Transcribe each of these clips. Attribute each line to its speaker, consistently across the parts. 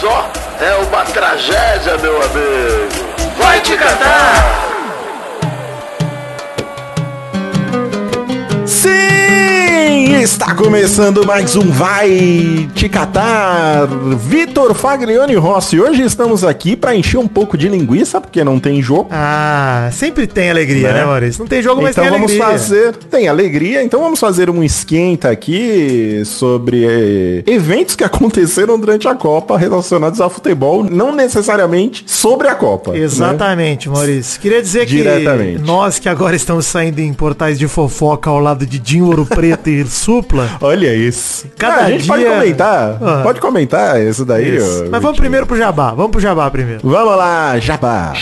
Speaker 1: só é uma tragédia, meu amigo. Vai te catar!
Speaker 2: Sim! Está começando mais um Vai Te Catar! Vitor Faglione Rossi, hoje estamos aqui para encher um pouco de linguiça, porque não tem jogo.
Speaker 3: Ah, sempre tem alegria, né,
Speaker 2: Né?
Speaker 3: Maurício? Não tem jogo, mas
Speaker 2: Então
Speaker 3: tem
Speaker 2: vamos
Speaker 3: alegria.
Speaker 2: fazer. Tem alegria, então vamos fazer um esquenta aqui sobre eh, eventos que aconteceram durante a Copa relacionados a futebol, não necessariamente sobre a Copa. né?
Speaker 3: Exatamente, Maurício. Queria dizer que
Speaker 2: Diretamente.
Speaker 3: nós que agora estamos saindo em portais de fofoca ao lado de Dinho Ouro Preto e Supla.
Speaker 2: Olha isso.
Speaker 3: Cada
Speaker 2: Ah, a gente
Speaker 3: dia-
Speaker 2: pode comentar.
Speaker 3: Ah.
Speaker 2: Pode comentar isso daí.
Speaker 3: Isso.
Speaker 2: ó,
Speaker 3: Mas vamos
Speaker 2: Vitinho.
Speaker 3: primeiro pro Jabá. Vamos pro Jabá primeiro.
Speaker 2: Vamos lá, Jabá.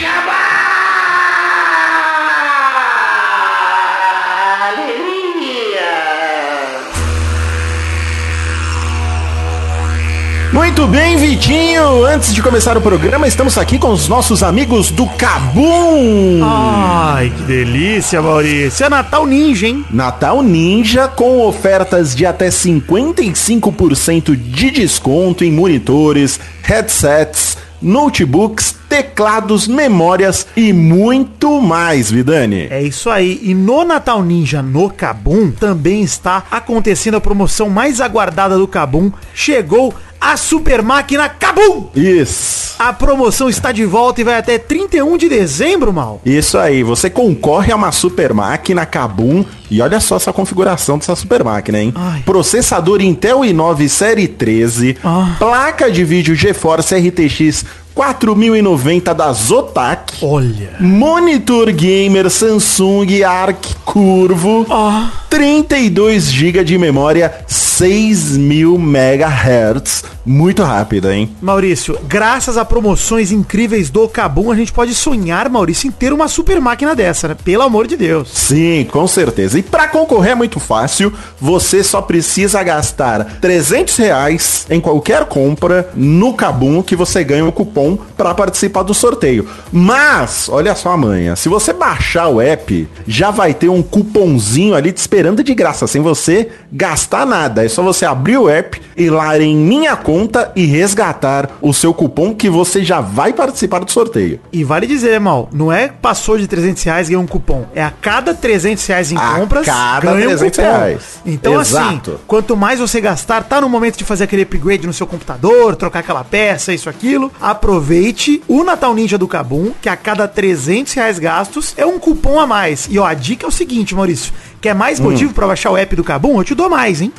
Speaker 2: Muito bem, Vitinho. Antes de começar o programa, estamos aqui com os nossos amigos do Cabum.
Speaker 3: Ai, que delícia, Maurício. É Natal Ninja, hein?
Speaker 2: Natal Ninja com ofertas de até 55% de desconto em monitores, headsets, notebooks, teclados, memórias e muito mais, Vidani.
Speaker 3: É isso aí. E no Natal Ninja, no Kabum, também está acontecendo a promoção mais aguardada do Kabum. Chegou a Super Máquina Kabum!
Speaker 2: Isso.
Speaker 3: A promoção está de volta e vai até 31 de dezembro, mal.
Speaker 2: Isso aí, você concorre a uma super máquina Kabum e olha só essa configuração dessa super máquina, hein?
Speaker 3: Ai.
Speaker 2: Processador Intel i9 série 13,
Speaker 3: Ah.
Speaker 2: placa de vídeo GeForce RTX 4090 da Zotac,
Speaker 3: Olha.
Speaker 2: Monitor gamer Samsung Arc Curvo,
Speaker 3: Ó.
Speaker 2: 32 GB de memória, 6000 MHz. Muito rápido, hein?
Speaker 3: Maurício, graças a promoções incríveis do Kabum, a gente pode sonhar, Maurício, em ter uma super máquina dessa, né? Pelo amor de Deus.
Speaker 2: Sim, com certeza. E pra concorrer é muito fácil. Você só precisa gastar 300 reais em qualquer compra no Kabum que você ganha o cupom pra participar do sorteio. Mas, olha só, manha, se você baixar o app, já vai ter um cupomzinho ali te esperando de graça, sem você gastar nada. É só você abrir o app, ir lá em minha conta e resgatar o seu cupom que você já vai participar do sorteio.
Speaker 3: E vale dizer, mal, não é passou de 300 reais ganha um cupom. É a cada 300 reais em
Speaker 2: A
Speaker 3: compras, um
Speaker 2: cada 300 reais.
Speaker 3: Então
Speaker 2: Exato.
Speaker 3: assim, quanto mais você gastar, tá no momento de fazer aquele upgrade no seu computador, trocar aquela peça, isso, aquilo. Aproveite o Natal Ninja do Kabum, que a cada 300 reais gastos é um cupom a mais. E ó, a dica é o seguinte, Maurício. Quer mais
Speaker 2: Hum.
Speaker 3: motivo pra baixar o app do Kabum? Eu te dou mais, hein?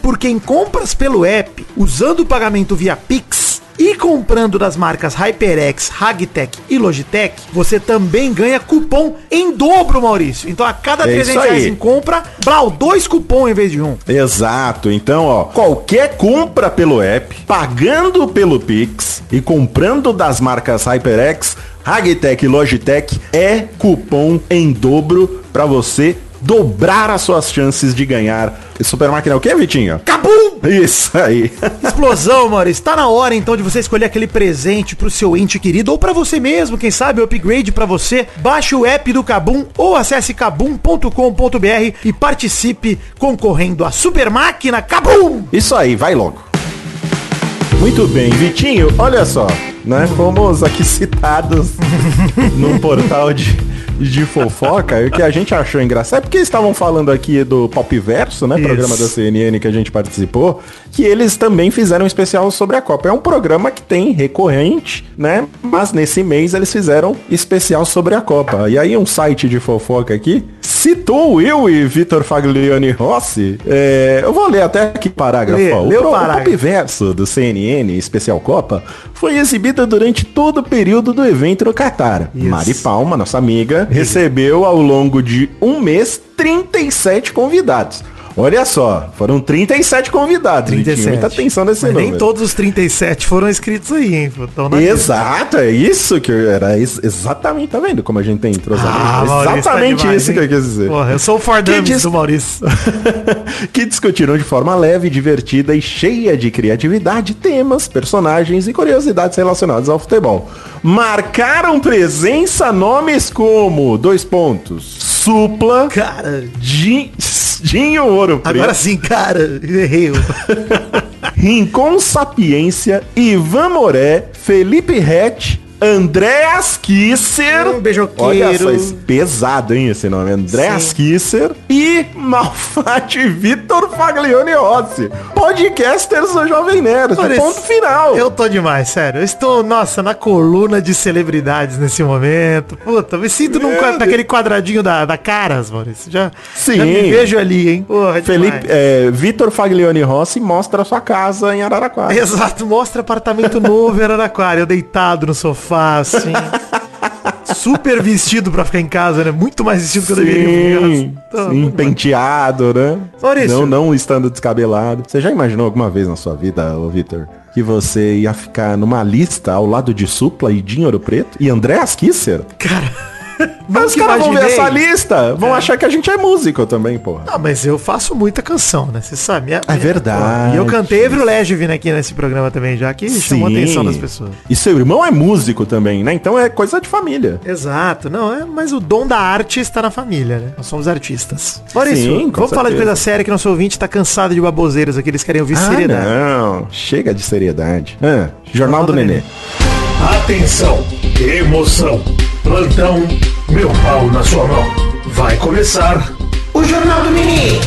Speaker 3: Porque em compras pelo app, usando o pagamento via Pix, e comprando das marcas HyperX, Hagtech e Logitech, você também ganha cupom em dobro, Maurício. Então a cada
Speaker 2: É
Speaker 3: 300
Speaker 2: isso aí.
Speaker 3: reais em compra, blau, dois cupom em vez de um.
Speaker 2: Exato. Então, ó, qualquer compra pelo app, pagando pelo Pix e comprando das marcas HyperX, Hagtech e Logitech é cupom em dobro pra você dobrar as suas chances de ganhar. Super máquina é o quê, Vitinho?
Speaker 3: Cabum!
Speaker 2: Isso aí.
Speaker 3: Explosão, Maurício. Tá na hora então de você escolher aquele presente pro seu ente querido ou pra você mesmo, quem sabe, upgrade pra você. Baixe o app do Cabum ou acesse cabum.com.br e participe concorrendo à Super Máquina Cabum!
Speaker 2: Isso aí, vai logo. Muito bem, Vitinho, olha só, né? Fomos aqui citados num portal de, de fofoca. E o que a gente achou engraçado é porque eles estavam falando aqui do Pop Verso, né?
Speaker 3: Isso.
Speaker 2: Programa da CNN que a gente participou, que eles também fizeram um especial sobre a Copa. É um programa que tem recorrente, né? Mas nesse mês eles fizeram especial sobre a Copa. E aí um site de fofoca aqui citou eu e Vitor Fagliani Rossi. É, eu vou ler até que parágrafo.
Speaker 3: Lê,
Speaker 2: ó.
Speaker 3: lê o
Speaker 2: pro-
Speaker 3: parágrafo.
Speaker 2: Pop Verso do CNN Especial Copa foi exibida durante todo o período do evento no Catar.
Speaker 3: Isso.
Speaker 2: Mari Palma, nossa amiga, recebeu ao longo de um mês 37 convidados. Olha só, foram 37 convidados. gente.
Speaker 3: 37.
Speaker 2: Muita atenção nesse
Speaker 3: Mas
Speaker 2: número.
Speaker 3: Nem todos os 37 foram escritos aí, hein? Tão na lista.
Speaker 2: Exato, é isso que eu era. ex- Exatamente, tá vendo como a gente tem entrosamento?
Speaker 3: Ah, Maurício, tá
Speaker 2: exatamente
Speaker 3: demais,
Speaker 2: isso que
Speaker 3: hein?
Speaker 2: eu quis dizer.
Speaker 3: Porra, eu sou o
Speaker 2: Que
Speaker 3: Fordham
Speaker 2: diz-
Speaker 3: do Maurício.
Speaker 2: que discutiram de forma leve, divertida e cheia de criatividade temas, personagens e curiosidades relacionadas ao futebol. Marcaram presença nomes como dois pontos, Supla,
Speaker 3: Cara,
Speaker 2: Din- Dinho Ouro Preto,
Speaker 3: agora sim, cara, errei.
Speaker 2: Rincon Sapiência, Ivan Moré, Felipe Rett, Andréas Kisser.
Speaker 3: Um beijoqueiro.
Speaker 2: Olha só, esse pesado, hein, esse nome. Andréas
Speaker 3: Sim.
Speaker 2: Kisser e Malfatti Vitor Faglione Rossi. Podcasters do Jovem Nerd.
Speaker 3: Mano,
Speaker 2: ponto
Speaker 3: esse-
Speaker 2: final.
Speaker 3: Eu tô demais, sério. Eu estou, nossa, na coluna de celebridades nesse momento. Puta, me sinto num,
Speaker 2: Meu
Speaker 3: qua-
Speaker 2: Deus.
Speaker 3: naquele quadradinho da, da Caras, Maurício. Já,
Speaker 2: Sim.
Speaker 3: já me vejo ali, hein? Porra,
Speaker 2: Felipe,
Speaker 3: demais.
Speaker 2: é, Vitor Faglione Rossi mostra a sua casa em Araraquara.
Speaker 3: Exato, mostra apartamento novo em Araraquara. Eu deitado no sofá, assim. Super vestido pra ficar em casa, né? Muito mais vestido que eu deveria.
Speaker 2: Sim,
Speaker 3: Tá
Speaker 2: sim,
Speaker 3: muito
Speaker 2: penteado, né?
Speaker 3: Maurício.
Speaker 2: Não, não estando descabelado. Você já imaginou alguma vez na sua vida, ô Vitor, que você ia ficar numa lista ao lado de Supla e Dinho Ouro Preto e Andréas Kisser?
Speaker 3: Cara,
Speaker 2: Mas os caras vão ver
Speaker 3: imaginei.
Speaker 2: essa lista, vão achar que a gente é músico também, porra.
Speaker 3: Ah, mas eu faço muita canção, né? Você sabe. Minha,
Speaker 2: É verdade.
Speaker 3: E eu cantei Evro Lege vindo aqui nesse programa também, já que chamou a atenção das pessoas.
Speaker 2: E seu irmão é músico também, né? Então é coisa de família.
Speaker 3: Exato, não, é, mas o dom da arte está na família, né? Nós somos artistas. Maurício,
Speaker 2: Sim, com
Speaker 3: vamos
Speaker 2: certeza.
Speaker 3: falar de
Speaker 2: Ah,
Speaker 3: coisa séria que nosso ouvinte tá cansado de baboseiros aqui, eles querem ouvir seriedade.
Speaker 2: não. Chega de seriedade. Ah, Jornal do Nenê.
Speaker 4: Atenção, emoção, plantão, meu pau na sua mão. Vai começar o Jornal do Menino.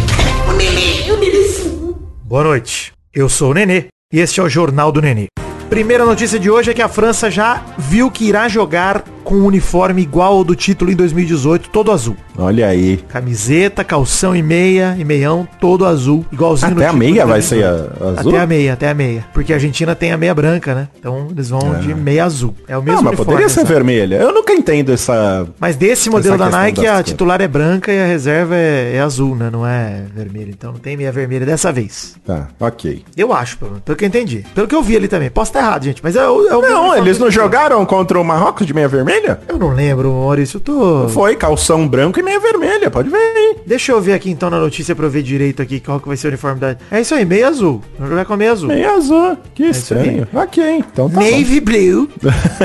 Speaker 3: Boa noite. Eu sou o Nenê e este é o Jornal do Nenê. Primeira notícia de hoje é que a França já viu que irá jogar com um uniforme igual ao do título em 2018, todo azul.
Speaker 2: Olha aí.
Speaker 3: Camiseta, calção e meia, e meião, todo azul, igualzinho
Speaker 2: Até a
Speaker 3: título
Speaker 2: meia
Speaker 3: do
Speaker 2: vai
Speaker 3: 2018.
Speaker 2: ser a- azul?
Speaker 3: Até a meia, até a meia. Porque a Argentina tem a meia branca, né? Então eles vão de meia azul. É o mesmo
Speaker 2: Não, Ah, mas poderia ser
Speaker 3: sabe?
Speaker 2: vermelha. Eu nunca entendo essa
Speaker 3: Mas desse modelo
Speaker 2: Essa
Speaker 3: da
Speaker 2: questão
Speaker 3: Nike,
Speaker 2: das
Speaker 3: a
Speaker 2: cores.
Speaker 3: titular é branca e a reserva é, é azul, né? Não é vermelha. Então não tem meia vermelha dessa vez.
Speaker 2: Tá, ok.
Speaker 3: Eu acho, pelo, pelo que eu entendi. Pelo que eu vi ali também. Posso estar errado, gente. Mas é o, é o mesmo
Speaker 2: Não,
Speaker 3: uniforme
Speaker 2: eles
Speaker 3: do
Speaker 2: não
Speaker 3: time.
Speaker 2: jogaram contra o Marrocos de meia vermelha?
Speaker 3: Eu não lembro, Maurício. Eu tô...
Speaker 2: Foi, calção branco e meia vermelha, pode ver aí.
Speaker 3: Deixa eu ver aqui então na notícia pra eu ver direito aqui qual que vai ser a uniformidade. É isso aí, meia azul. Vamos jogar com a meia azul.
Speaker 2: Meia azul,
Speaker 3: É
Speaker 2: que estranho. Ok, então tá
Speaker 3: Navy Blue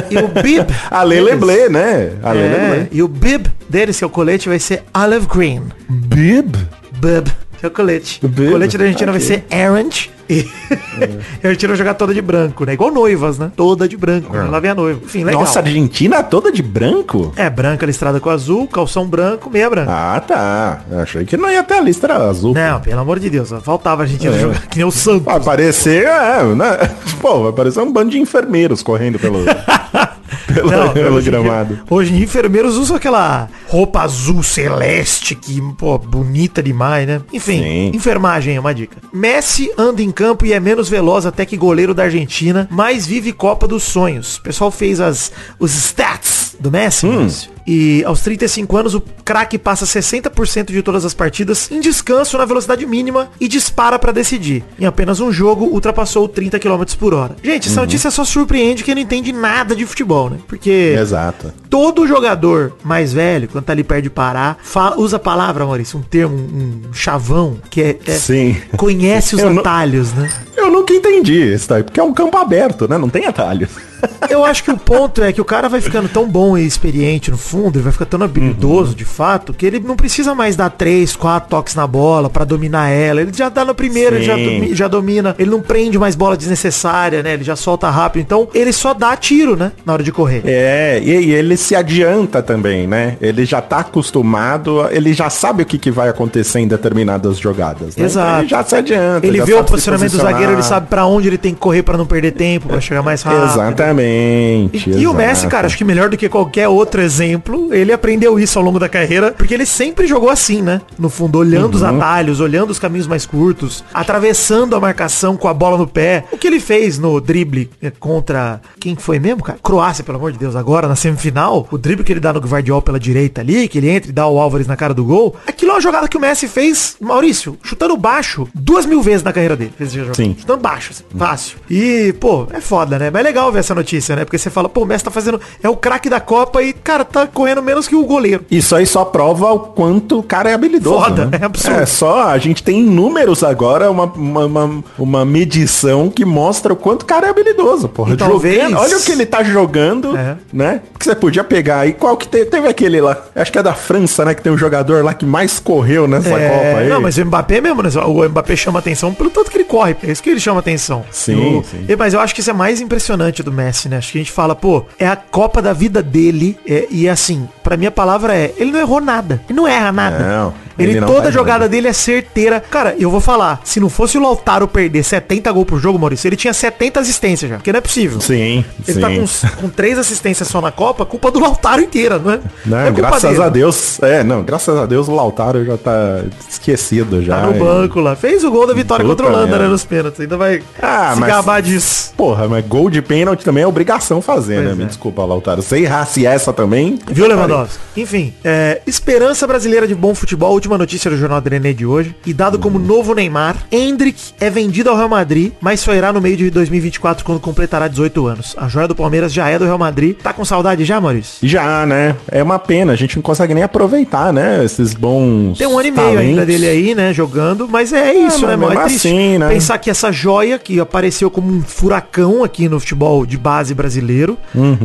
Speaker 3: e o bib.
Speaker 2: bom. A Leleblé, né? A
Speaker 3: É,
Speaker 2: Leleblé.
Speaker 3: e o bib deles, que é o colete, vai ser Olive Green.
Speaker 2: Bib?
Speaker 3: Bub. Seu colete.
Speaker 2: O bib?
Speaker 3: O colete da Argentina
Speaker 2: Ok. É.
Speaker 3: vai ser Errant. E a Argentina vai jogar toda de branco, né? Igual noivas, né? Toda de branco.
Speaker 2: É.
Speaker 3: né? Lá vem a noiva. Enfim, legal.
Speaker 2: Nossa, a Argentina toda de branco?
Speaker 3: É, branca listrada com azul, calção branco, meia branca.
Speaker 2: Ah, tá. Achei que não ia ter a lista era azul.
Speaker 3: Não, pelo amor de Deus. ó, Faltava a Argentina
Speaker 2: É.
Speaker 3: jogar que nem o Santos.
Speaker 2: Vai parecer, é, né? Pô, vai parecer um bando de enfermeiros correndo pelo, pelo, pelo
Speaker 3: hoje em dia-
Speaker 2: gramado.
Speaker 3: Hoje em dia, enfermeiros usam aquela roupa azul celeste, que, pô, bonita demais, né? Enfim,
Speaker 2: Sim.
Speaker 3: enfermagem é uma dica. Messi anda em campo e é menos veloz até que goleiro da Argentina, mas vive Copa dos Sonhos. O pessoal fez as, os stats do Messi, Maurício. E aos 35 anos, o craque passa 60% de todas as partidas em descanso na velocidade mínima e dispara pra decidir. Em apenas um jogo, ultrapassou 30 km por hora. Gente, essa notícia só surpreende quem não entende nada de futebol, né? Porque
Speaker 2: É, Exato.
Speaker 3: todo jogador mais velho, quando tá ali perto de parar, fala- usa a palavra, Maurício, um termo, um, um chavão, que é, é-
Speaker 2: Sim.
Speaker 3: conhece os
Speaker 2: Eu não-
Speaker 3: atalhos, né?
Speaker 2: Eu nunca entendi isso daí, porque é um campo aberto, né? Não tem atalho.
Speaker 3: Eu acho que o ponto é que o cara vai ficando tão bom e experiente no fundo, ele vai ficando tão habilidoso
Speaker 2: Uhum.
Speaker 3: de fato, que ele não precisa mais dar três, quatro toques na bola pra dominar ela. Ele já dá no primeiro, ele já,
Speaker 2: Sim.
Speaker 3: domi- já domina. Ele não prende mais bola desnecessária, né? Ele já solta rápido. Então, ele só dá tiro, né? Na hora de correr.
Speaker 2: É, e e ele se adianta também, né? Ele já tá acostumado, ele já sabe o que, que vai acontecer em determinadas jogadas, né?
Speaker 3: Exato.
Speaker 2: Ele já se adianta.
Speaker 3: Ele
Speaker 2: já
Speaker 3: vê o
Speaker 2: sabe se
Speaker 3: posicionamento do
Speaker 2: posicionar.
Speaker 3: zagueiro, ele sabe pra onde ele tem que correr pra não perder tempo, pra chegar mais rápido. E,
Speaker 2: Exatamente.
Speaker 3: e o Messi,
Speaker 2: exato.
Speaker 3: cara, acho que melhor do que qualquer outro exemplo, ele aprendeu isso ao longo da carreira, porque ele sempre jogou assim, né? No fundo, olhando os
Speaker 2: Uhum.
Speaker 3: atalhos, olhando os caminhos mais curtos, atravessando a marcação com a bola no pé. O que ele fez no drible eh, contra quem foi mesmo, cara? Croácia, pelo amor de Deus, agora na semifinal, o drible que ele dá no Guardiol pela direita ali, que ele entra e dá o Álvares na cara do gol, aquilo é uma jogada que o Messi fez, Maurício, chutando baixo duas mil vezes na carreira dele. Fez esse jogo.
Speaker 2: Sim.
Speaker 3: Chutando baixo, assim, fácil. E, pô, é foda, né? Mas é legal ver essa notícia, né? Porque você fala, pô, o Messi tá fazendo. É o craque da Copa e, cara, tá correndo menos que o goleiro.
Speaker 2: Isso aí só prova o quanto o cara é habilidoso.
Speaker 3: Foda,
Speaker 2: né?
Speaker 3: é absurdo.
Speaker 2: só, a gente tem números agora, uma, uma, uma, uma medição que mostra o quanto o cara é habilidoso, porra.
Speaker 3: E talvez-
Speaker 2: Jogando, olha o que ele tá jogando,
Speaker 3: É.
Speaker 2: né? Que você podia pegar aí. Qual que teve, teve aquele lá? Acho que é da França, né? Que tem um jogador lá que mais correu nessa
Speaker 3: É,
Speaker 2: Copa aí.
Speaker 3: Não, mas o Mbappé mesmo, né? O Mbappé chama atenção pelo tanto que ele corre. É isso que ele chama atenção.
Speaker 2: Sim,
Speaker 3: O-
Speaker 2: sim.
Speaker 3: E- Mas eu acho que isso é mais impressionante do Messi, né? Acho que a gente fala, pô, é a Copa da vida dele. é- e assim, pra mim a palavra é, ele não errou nada. Ele não erra nada.
Speaker 2: Não,
Speaker 3: ele,
Speaker 2: ele não
Speaker 3: toda
Speaker 2: faz
Speaker 3: jogada
Speaker 2: nada.
Speaker 3: dele é certeira. Cara, eu vou falar, se não fosse o Lautaro perder 70 gols pro jogo, Maurício, ele tinha 70 assistências já. Porque não é possível.
Speaker 2: Sim,
Speaker 3: Ele
Speaker 2: sim.
Speaker 3: tá com, s- com três assistências só na Copa, culpa do Lautaro inteira, não é?
Speaker 2: Não,
Speaker 3: é culpa
Speaker 2: Né, graças
Speaker 3: dele.
Speaker 2: a Deus. É, não, graças a Deus o Lautaro já tá esquecido já.
Speaker 3: Tá no
Speaker 2: e-
Speaker 3: banco lá. Fez o gol da vitória
Speaker 2: Puta
Speaker 3: contra a Holanda,
Speaker 2: merda.
Speaker 3: né? Nos pênaltis. Ainda vai
Speaker 2: Ah,
Speaker 3: se
Speaker 2: mas-
Speaker 3: gabar disso.
Speaker 2: Porra, mas gol de pênalti também é obrigação fazer,
Speaker 3: Pois
Speaker 2: né? Me
Speaker 3: é.
Speaker 2: desculpa, Lautaro. Você errar se essa também.
Speaker 3: Viu, Lewandowski? Enfim, é, esperança brasileira de bom futebol, última notícia do Jornal do Nenê de hoje. E dado como novo Neymar, Hendrick é vendido ao Real Madrid, mas só irá no meio de 2024 quando completará 18 anos. A joia do Palmeiras já é do Real Madrid. Tá com saudade já, Maurício?
Speaker 2: Já, né? É uma pena, a gente não consegue nem aproveitar, né? Esses bons.
Speaker 3: Tem um ano e meio
Speaker 2: talentos.
Speaker 3: ainda dele aí, né, jogando, mas é
Speaker 2: Tá
Speaker 3: isso,
Speaker 2: Ah, mas
Speaker 3: né, mano? É
Speaker 2: mesmo
Speaker 3: triste
Speaker 2: assim, né?
Speaker 3: pensar que essa joia que apareceu como um furacão aqui no futebol de base brasileiro,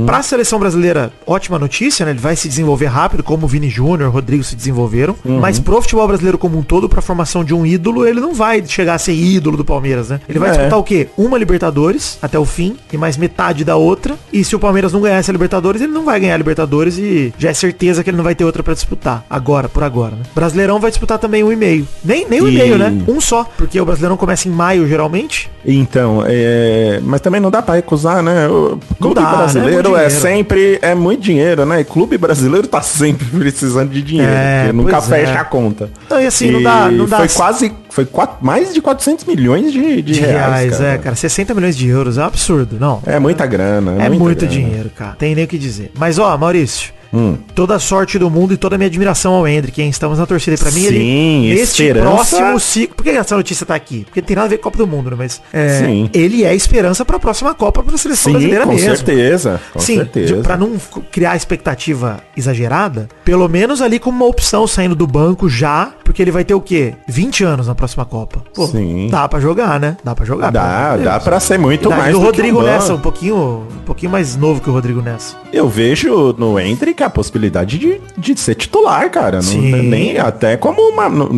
Speaker 3: pra seleção brasileira, ótima notícia, né? Ele vai se desenvolver rápido, como o Vini Júnior, o Rodrigo se desenvolveram, mas pro futebol brasileiro como um todo, pra formação de um ídolo, ele não vai chegar a ser ídolo do Palmeiras, né? Ele vai
Speaker 2: É.
Speaker 3: disputar o quê? Uma Libertadores até o fim e mais metade da outra, e se o Palmeiras não ganhar essa Libertadores, ele não vai ganhar a Libertadores e já é certeza que ele não vai ter outra pra disputar, agora, por agora, né? Brasileirão vai disputar também um e meio. Nem, nem um e meio,
Speaker 2: E-
Speaker 3: né? Um só, porque o Brasileirão começa em maio, geralmente.
Speaker 2: Então, é... mas também não dá pra recusar, né? O clube
Speaker 3: dá, né? É
Speaker 2: brasileiro
Speaker 3: muito
Speaker 2: é,
Speaker 3: dinheiro.
Speaker 2: sempre. É muito dinheiro, né? E clube brasileiro tá sempre precisando de dinheiro.
Speaker 3: É,
Speaker 2: porque nunca
Speaker 3: pois
Speaker 2: fecha
Speaker 3: é.
Speaker 2: a conta.
Speaker 3: Não, e assim, não dá- não dá-
Speaker 2: Foi quase. Foi quatro- mais de 400 milhões de, de
Speaker 3: De
Speaker 2: reais.
Speaker 3: reais, é, cara. 60 milhões de euros, é um absurdo, não.
Speaker 2: É muita grana.
Speaker 3: É,
Speaker 2: muita
Speaker 3: muito
Speaker 2: grana.
Speaker 3: dinheiro, cara. Tem nem o que dizer. Mas, ó, Maurício.
Speaker 2: Hum.
Speaker 3: Toda a sorte do mundo e toda a minha admiração ao Hendrick, hein? Estamos na torcida. E Pra mim,
Speaker 2: Sim,
Speaker 3: ele, neste
Speaker 2: esperança.
Speaker 3: próximo ciclo... Por que essa notícia tá aqui? Porque não tem nada a ver com a Copa do Mundo, né? Mas é,
Speaker 2: Sim.
Speaker 3: ele é esperança pra próxima Copa pra seleção
Speaker 2: Sim,
Speaker 3: brasileira
Speaker 2: com
Speaker 3: mesmo.
Speaker 2: certeza. Com
Speaker 3: Sim,
Speaker 2: certeza.
Speaker 3: para não f- criar expectativa exagerada, pelo menos ali com uma opção saindo do banco já, porque ele vai ter o quê? 20 anos na próxima Copa. Pô,
Speaker 2: Sim.
Speaker 3: dá pra jogar, né? Dá pra jogar.
Speaker 2: Dá,
Speaker 3: pelo
Speaker 2: dá
Speaker 3: menos.
Speaker 2: pra ser muito
Speaker 3: Idade
Speaker 2: mais
Speaker 3: do
Speaker 2: do que
Speaker 3: Rodrigo
Speaker 2: um
Speaker 3: Nessa, um
Speaker 2: banco.
Speaker 3: pouquinho, um pouquinho mais novo que o Rodrigo Nessa.
Speaker 2: Eu vejo no Hendrick a possibilidade de, de ser titular, cara. Não,
Speaker 3: Sim.
Speaker 2: nem até como uma. Não,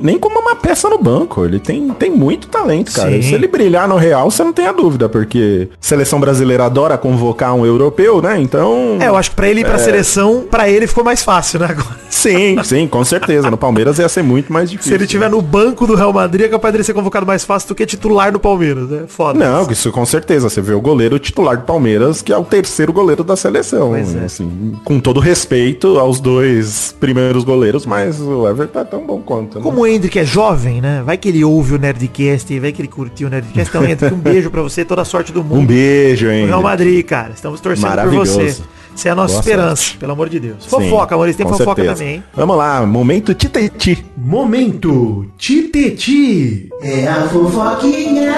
Speaker 2: nem como uma peça no banco. Ele tem, tem muito talento, cara.
Speaker 3: Sim.
Speaker 2: Se ele brilhar no real, você não tem a dúvida, porque seleção brasileira adora convocar um europeu, né? Então.
Speaker 3: É, eu acho que pra ele ir pra seleção, pra ele ficou mais fácil, né? Agora.
Speaker 2: Sim, sim, com certeza. No Palmeiras ia ser muito mais difícil. né?
Speaker 3: Se ele tiver no banco do Real Madrid, é capaz dele ser convocado mais fácil do que titular do Palmeiras, né? Foda.
Speaker 2: Não, isso com certeza. Você vê o goleiro titular do Palmeiras, que é o terceiro goleiro da seleção.
Speaker 3: Pois é.
Speaker 2: assim, com todo respeito aos dois primeiros goleiros, mas o Everton é tão bom quanto. né?
Speaker 3: Como o Hendrick é jovem, né? Vai que ele ouve o Nerdcast, vai que ele curtiu o Nerdcast. Então, Hendrick, um beijo pra você, toda a sorte do mundo.
Speaker 2: Um beijo,
Speaker 3: Pro
Speaker 2: hein?
Speaker 3: Real Madrid, cara. Estamos torcendo por
Speaker 2: Maravilhoso.
Speaker 3: você. Você é a nossa
Speaker 2: Boa
Speaker 3: esperança, pelo amor de Deus.
Speaker 2: Sim,
Speaker 3: Fofoca, Maurício, tem
Speaker 2: com
Speaker 3: fofoca
Speaker 2: certeza.
Speaker 3: também, hein?
Speaker 2: Vamos lá, momento titeti.
Speaker 4: Momento Titeti.
Speaker 5: É a fofoquinha.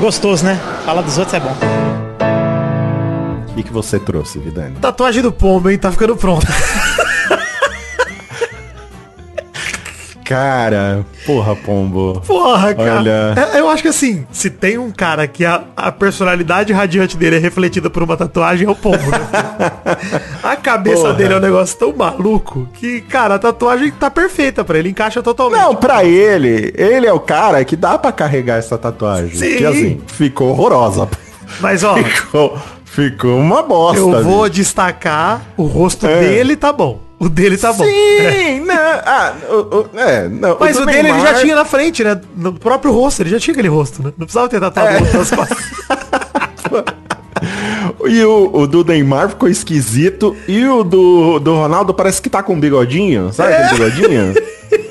Speaker 6: Gostoso, né? Falar dos outros é bom.
Speaker 2: O que, que você trouxe, Vidani?
Speaker 3: Tatuagem do pombo, hein? Tá ficando pronta.
Speaker 2: Cara, porra, pombo.
Speaker 3: Porra, cara.
Speaker 2: Olha.
Speaker 3: É, Eu acho que assim, se tem um cara que a, a personalidade radiante dele é refletida por uma tatuagem, é o pombo, né? A cabeça
Speaker 2: Porra.
Speaker 3: dele é um negócio tão maluco que, cara, a tatuagem tá perfeita pra ele, encaixa totalmente.
Speaker 2: Não, pra ele, ele é o cara que dá pra carregar essa tatuagem.
Speaker 3: Sim.
Speaker 2: Que assim, ficou horrorosa.
Speaker 3: Mas ó,
Speaker 2: Ficou, ficou uma bosta.
Speaker 3: eu
Speaker 2: bicho.
Speaker 3: vou destacar, o rosto
Speaker 2: É.
Speaker 3: dele tá bom. O dele tá bom.
Speaker 2: Sim, não. Ah, o, o- é, não.
Speaker 3: Mas
Speaker 2: do
Speaker 3: o dele ele já
Speaker 2: Neymar-
Speaker 3: tinha na frente, né? No próprio rosto, ele já tinha aquele rosto, né? Não precisava ter
Speaker 2: É.
Speaker 3: tatuado outras costas.
Speaker 2: E o, o do Neymar ficou esquisito. E o do, do Ronaldo parece que tá com um bigodinho, sabe? aquele
Speaker 3: É.
Speaker 2: bigodinho.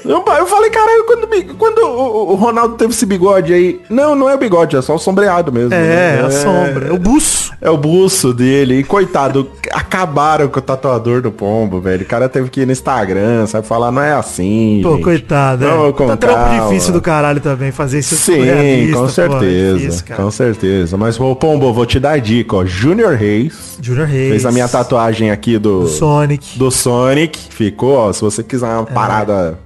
Speaker 2: Eu, eu falei, caralho, quando, me- quando o, o Ronaldo teve esse bigode aí. Não, não é o bigode, é só o sombreado mesmo. né?
Speaker 3: É, a sombra. É o buço.
Speaker 2: É o buço dele. E coitado, acabaram com o tatuador do pombo, velho. O cara teve que ir no Instagram, sabe? Falar, não é assim.
Speaker 3: Pô,
Speaker 2: gente.
Speaker 3: coitado.
Speaker 2: Vamos
Speaker 3: é.
Speaker 2: com
Speaker 3: Tá trampo
Speaker 2: calma.
Speaker 3: difícil do caralho também fazer isso
Speaker 2: Sim,
Speaker 3: surrealista,
Speaker 2: com
Speaker 3: pô, é
Speaker 2: certeza.
Speaker 3: difícil, cara.
Speaker 2: com certeza. Mas, ô Pombo, vou te dar a dica, ó. Júnior Reis
Speaker 3: Junior Reis.
Speaker 2: Fez a minha tatuagem aqui do,
Speaker 3: Sonic. É.
Speaker 2: do Sonic. Ficou, ó, se você quiser uma parada...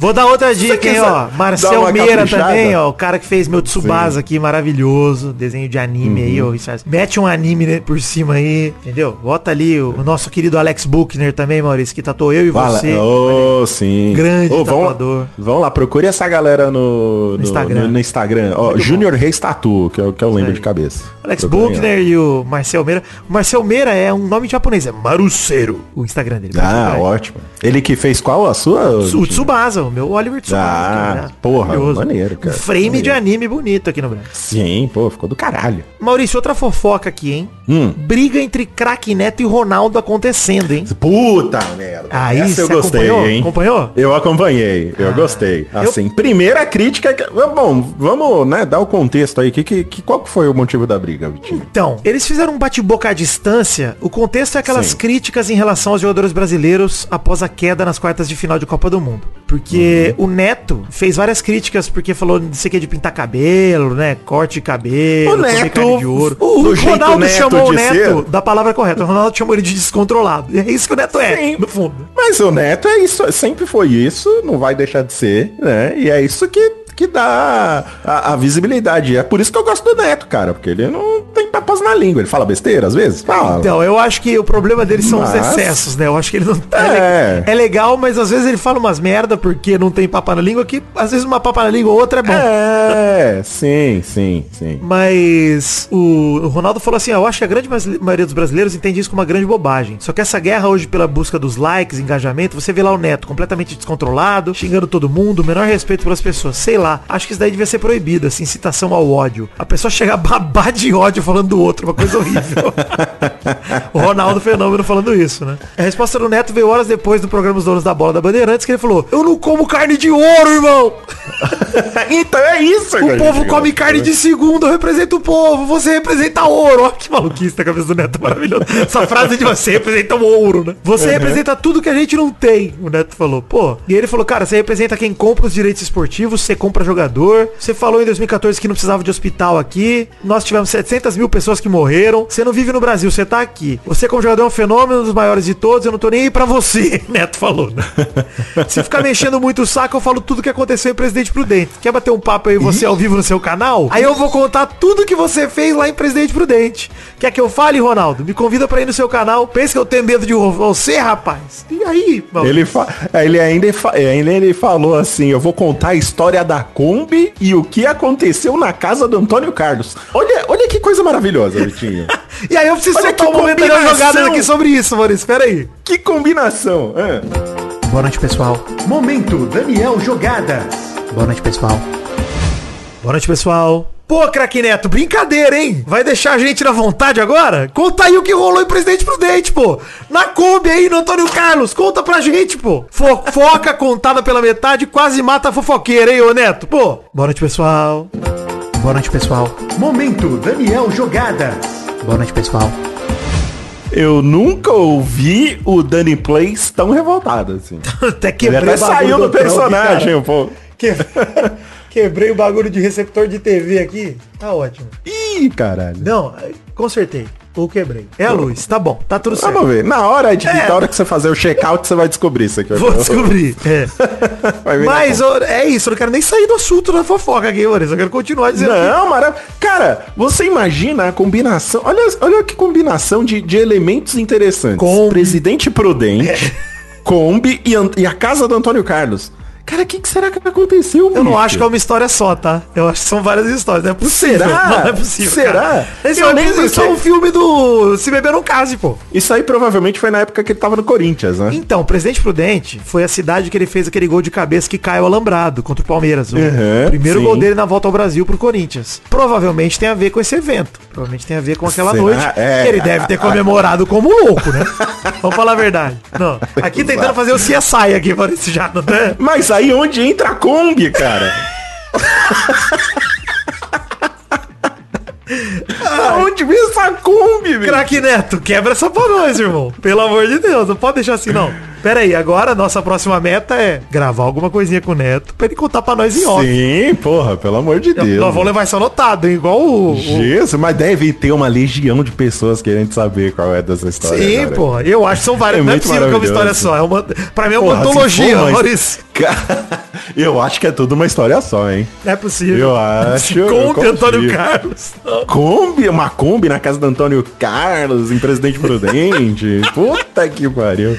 Speaker 3: Vou dar outra dica, hein,
Speaker 2: quiser
Speaker 3: ó.
Speaker 2: dar
Speaker 3: Marcel
Speaker 2: uma
Speaker 3: Meira
Speaker 2: caprichada?
Speaker 3: também, ó. O cara que fez meu Tsubasa aqui, maravilhoso. Desenho de anime aí,
Speaker 2: Uhum.
Speaker 3: ó. Richard. Mete um anime né, por cima aí, entendeu? Bota ali o, o nosso querido Alex Buchner também, Maurício, que tatuou eu e
Speaker 2: Fala. é
Speaker 3: você.
Speaker 2: Ô, sim.
Speaker 3: Grande
Speaker 2: Ô, vão,
Speaker 3: tatuador.
Speaker 2: vão lá, procure essa galera no, no-
Speaker 3: Instagram.
Speaker 2: no- no Instagram. Ó, Junior Reis Tatu, que é o que eu lembro de cabeça.
Speaker 3: Alex
Speaker 2: Procurem lá.
Speaker 3: Buchner e o Marcel Meira. O Marcel Meira é um nome japonês, é Maruceiro, o Instagram dele.
Speaker 2: Ah, ótimo. Ele que fez qual a sua?
Speaker 3: O Tsubasa, o meu Oliver Tsubasa.
Speaker 2: Ah,
Speaker 3: cara.
Speaker 2: porra,
Speaker 3: Maravilhoso.
Speaker 2: maneiro, cara.
Speaker 3: Um frame de
Speaker 2: Maneiro.
Speaker 3: anime bonito aqui no Brasil.
Speaker 2: Sim, pô, ficou do caralho.
Speaker 3: Maurício, outra fofoca aqui, hein?
Speaker 2: Hum.
Speaker 3: Briga entre craque Neto e Ronaldo acontecendo, hein?
Speaker 2: Puta merda.
Speaker 3: Aí,
Speaker 2: Essa eu
Speaker 3: Ah, você
Speaker 2: gostei,
Speaker 3: acompanhou?
Speaker 2: hein?
Speaker 3: Acompanhou? Ah,
Speaker 2: Eu acompanhei, eu gostei. Assim, primeira crítica. é que- Bom, vamos né, dar o contexto aí. Que, que, que- qual que foi o motivo da briga, Vitinho?
Speaker 3: Então, eles fizeram um bate-boca à distância. O contexto é aquelas
Speaker 2: Sim.
Speaker 3: críticas em relação aos jogadores brasileiros após a queda nas quartas de final de Copa do Mundo. Porque
Speaker 2: Uhum.
Speaker 3: o Neto fez várias críticas porque falou não sei o que de pintar cabelo, né? Corte de cabelo,
Speaker 2: O
Speaker 3: comer
Speaker 2: Neto-
Speaker 3: carne de ouro.
Speaker 2: o- do jeito Neto de ser.
Speaker 3: da palavra correta. O Ronaldo chamou ele de descontrolado. E é isso que o Neto é,
Speaker 2: Sim.
Speaker 3: no fundo.
Speaker 2: Mas o Neto é isso, sempre foi isso, não vai deixar de ser, né? E é isso que, que dá a, a visibilidade. É por isso que eu gosto do Neto, cara, porque ele não tem papas na língua. Ele fala besteira às vezes? Fala.
Speaker 3: Então, eu acho que o problema dele são os
Speaker 2: Mas-
Speaker 3: excessos, né? Eu acho que ele não tá.
Speaker 2: É.
Speaker 3: É legal, mas às vezes ele fala umas merda porque não tem papa na língua, que às vezes uma papa na língua ou outra é bom.
Speaker 2: É, sim, sim, sim.
Speaker 3: Mas o o Ronaldo falou assim, "Ah, eu acho que a grande mas- maioria dos brasileiros entende isso como uma grande bobagem. Só que essa guerra hoje pela busca dos likes, engajamento, você vê lá o Neto completamente descontrolado, xingando todo mundo, o menor respeito pelas pessoas. Sei lá, acho que isso daí devia ser proibido, assim, incitação ao ódio. A pessoa chega a babar de ódio falando do outro, uma coisa horrível. o Ronaldo Fenômeno falando isso, né? A resposta do Neto veio horas depois do programa Os Donos da Bola da Bandeirantes, que ele falou, eu não como carne de ouro, irmão!
Speaker 2: então é isso,
Speaker 3: O povo come carne de segundo, eu represento o povo, você representa ouro. Olha que maluquice na cabeça do Neto, maravilhoso. Essa frase de você representa o ouro, né? Você representa tudo que a gente não tem, o Neto falou. Pô, e ele falou, cara, você representa quem compra os direitos esportivos, você compra jogador, você falou em 2014 que não precisava de hospital aqui, nós tivemos 700 mil pessoas que morreram, você não vive no Brasil, você tá aqui. Você como jogador é um fenômeno, um dos maiores de todos, eu não tô nem aí pra você, Neto falou, né? Se ficar mexendo muito o saco, eu falo tudo que aconteceu em Presidente Prudente. Quer bater um papo aí você ao vivo no seu canal? Aí eu vou contar tudo que você fez lá em Presidente Prudente. Quer que eu fale, Ronaldo? Me convida pra ir no seu canal. Pensa que eu tenho medo de vo- você, rapaz. E aí, mano?
Speaker 2: Ele, fa... é, ele ainda, fa- ainda ele falou assim, eu vou contar a história da Kombi e o que aconteceu na casa do Antônio Carlos. Olha, olha que coisa maravilhosa, Vitinho.
Speaker 3: E aí eu preciso
Speaker 2: Olha
Speaker 3: soltar
Speaker 2: que
Speaker 3: um momento da
Speaker 2: combinação.
Speaker 3: jogada aqui sobre isso, Maurício. Espera aí.
Speaker 2: que combinação. é. hã?
Speaker 5: Boa noite, pessoal.
Speaker 4: Momento Daniel Jogadas.
Speaker 5: Boa noite, pessoal.
Speaker 3: Boa noite, pessoal. Pô, craque Neto, brincadeira, hein? Vai deixar a gente na vontade agora? Conta aí o que rolou em Presidente Prudente, pô. Na Kombi aí, no Antônio Carlos, conta pra gente, pô. Fofoca contada pela metade quase mata a fofoqueira, hein, ô Neto, pô. Boa noite, pessoal.
Speaker 5: Boa noite, pessoal.
Speaker 4: Momento Daniel Jogadas.
Speaker 5: Boa noite, pessoal.
Speaker 2: Eu nunca ouvi o Danny Plays tão revoltado assim.
Speaker 3: Até
Speaker 2: Ele
Speaker 3: quebrei
Speaker 2: até
Speaker 3: o bagulho
Speaker 2: saiu do
Speaker 3: hotel aqui,
Speaker 2: personagem, um pô.
Speaker 3: cara. Que- Quebrei o bagulho de receptor de TV aqui. Tá ótimo.
Speaker 2: Ih, caralho.
Speaker 3: Não, consertei. Ou quebrei. É a luz, tá bom, tá tudo certo.
Speaker 2: Vamos ver. Na hora, de,
Speaker 3: É.
Speaker 2: na hora que você fazer o check-out, você vai descobrir isso aqui.
Speaker 3: Vou descobrir. É.
Speaker 2: Vai ver na
Speaker 3: Mas ô, é isso, eu não quero nem sair do assunto da fofoca aqui, Maurício. Eu quero continuar dizendo. que-
Speaker 2: Não, maravilha. Cara, você imagina a combinação. Olha, olha que combinação de, de elementos interessantes.
Speaker 3: Kombi.
Speaker 2: Presidente Prudente,
Speaker 3: É.
Speaker 2: Kombi e, An- e a casa do Antônio Carlos. Cara, o que, que será que aconteceu?
Speaker 3: Eu não acho que é uma história só, tá? Eu acho que são várias histórias. Não é possível.
Speaker 2: Será?
Speaker 3: Não é possível.
Speaker 2: Será?
Speaker 3: cara. Esse
Speaker 2: Eu
Speaker 3: é um-
Speaker 2: lembro
Speaker 3: isso é
Speaker 2: que-
Speaker 3: um filme do Se Beber Não Case, pô.
Speaker 2: Isso aí provavelmente foi na época que ele tava no Corinthians, né?
Speaker 3: Então, Presidente Prudente foi a cidade que ele fez aquele gol de cabeça que caiu alambrado contra o Palmeiras. O
Speaker 2: Uhum,
Speaker 3: primeiro
Speaker 2: sim.
Speaker 3: gol dele na volta ao Brasil pro Corinthians. Provavelmente tem a ver com esse evento. Provavelmente tem a ver com aquela
Speaker 2: Será?
Speaker 3: noite.
Speaker 2: É,
Speaker 3: que ele deve ter comemorado como louco, né? Vamos falar a verdade. Não, aqui tentando fazer o CSI aqui, parece já, né?
Speaker 2: Mas aí onde entra a Kombi, cara? Onde vem essa Kombi, velho?
Speaker 3: Craque Neto, quebra essa pra nós, irmão. Pelo amor de Deus, não pode deixar assim, não. Pera aí, agora a nossa próxima meta é gravar alguma coisinha com o Neto pra ele contar pra nós em off.
Speaker 2: Sim, porra, pelo amor de Deus.
Speaker 3: Nós vamos levar isso anotado, hein? Igual o... o-
Speaker 2: Jesus, mas deve ter uma legião de pessoas querendo saber qual é dessa história.
Speaker 3: Sim,
Speaker 2: cara.
Speaker 3: porra. Eu acho que são várias.
Speaker 2: É
Speaker 3: não é
Speaker 2: muito
Speaker 3: possível que é uma história
Speaker 2: maravilhoso.
Speaker 3: só. É uma, pra mim é uma
Speaker 2: Porra, se
Speaker 3: antologia,
Speaker 2: for, mas-
Speaker 3: Maurício.
Speaker 2: Cara, eu acho que é tudo uma história só, hein?
Speaker 3: Não é possível.
Speaker 2: Eu acho. eu
Speaker 3: Conte
Speaker 2: confio.
Speaker 3: Antônio Carlos.
Speaker 2: Kombi, uma Kombi na casa do Antônio Carlos, em Presidente Prudente. Puta que pariu.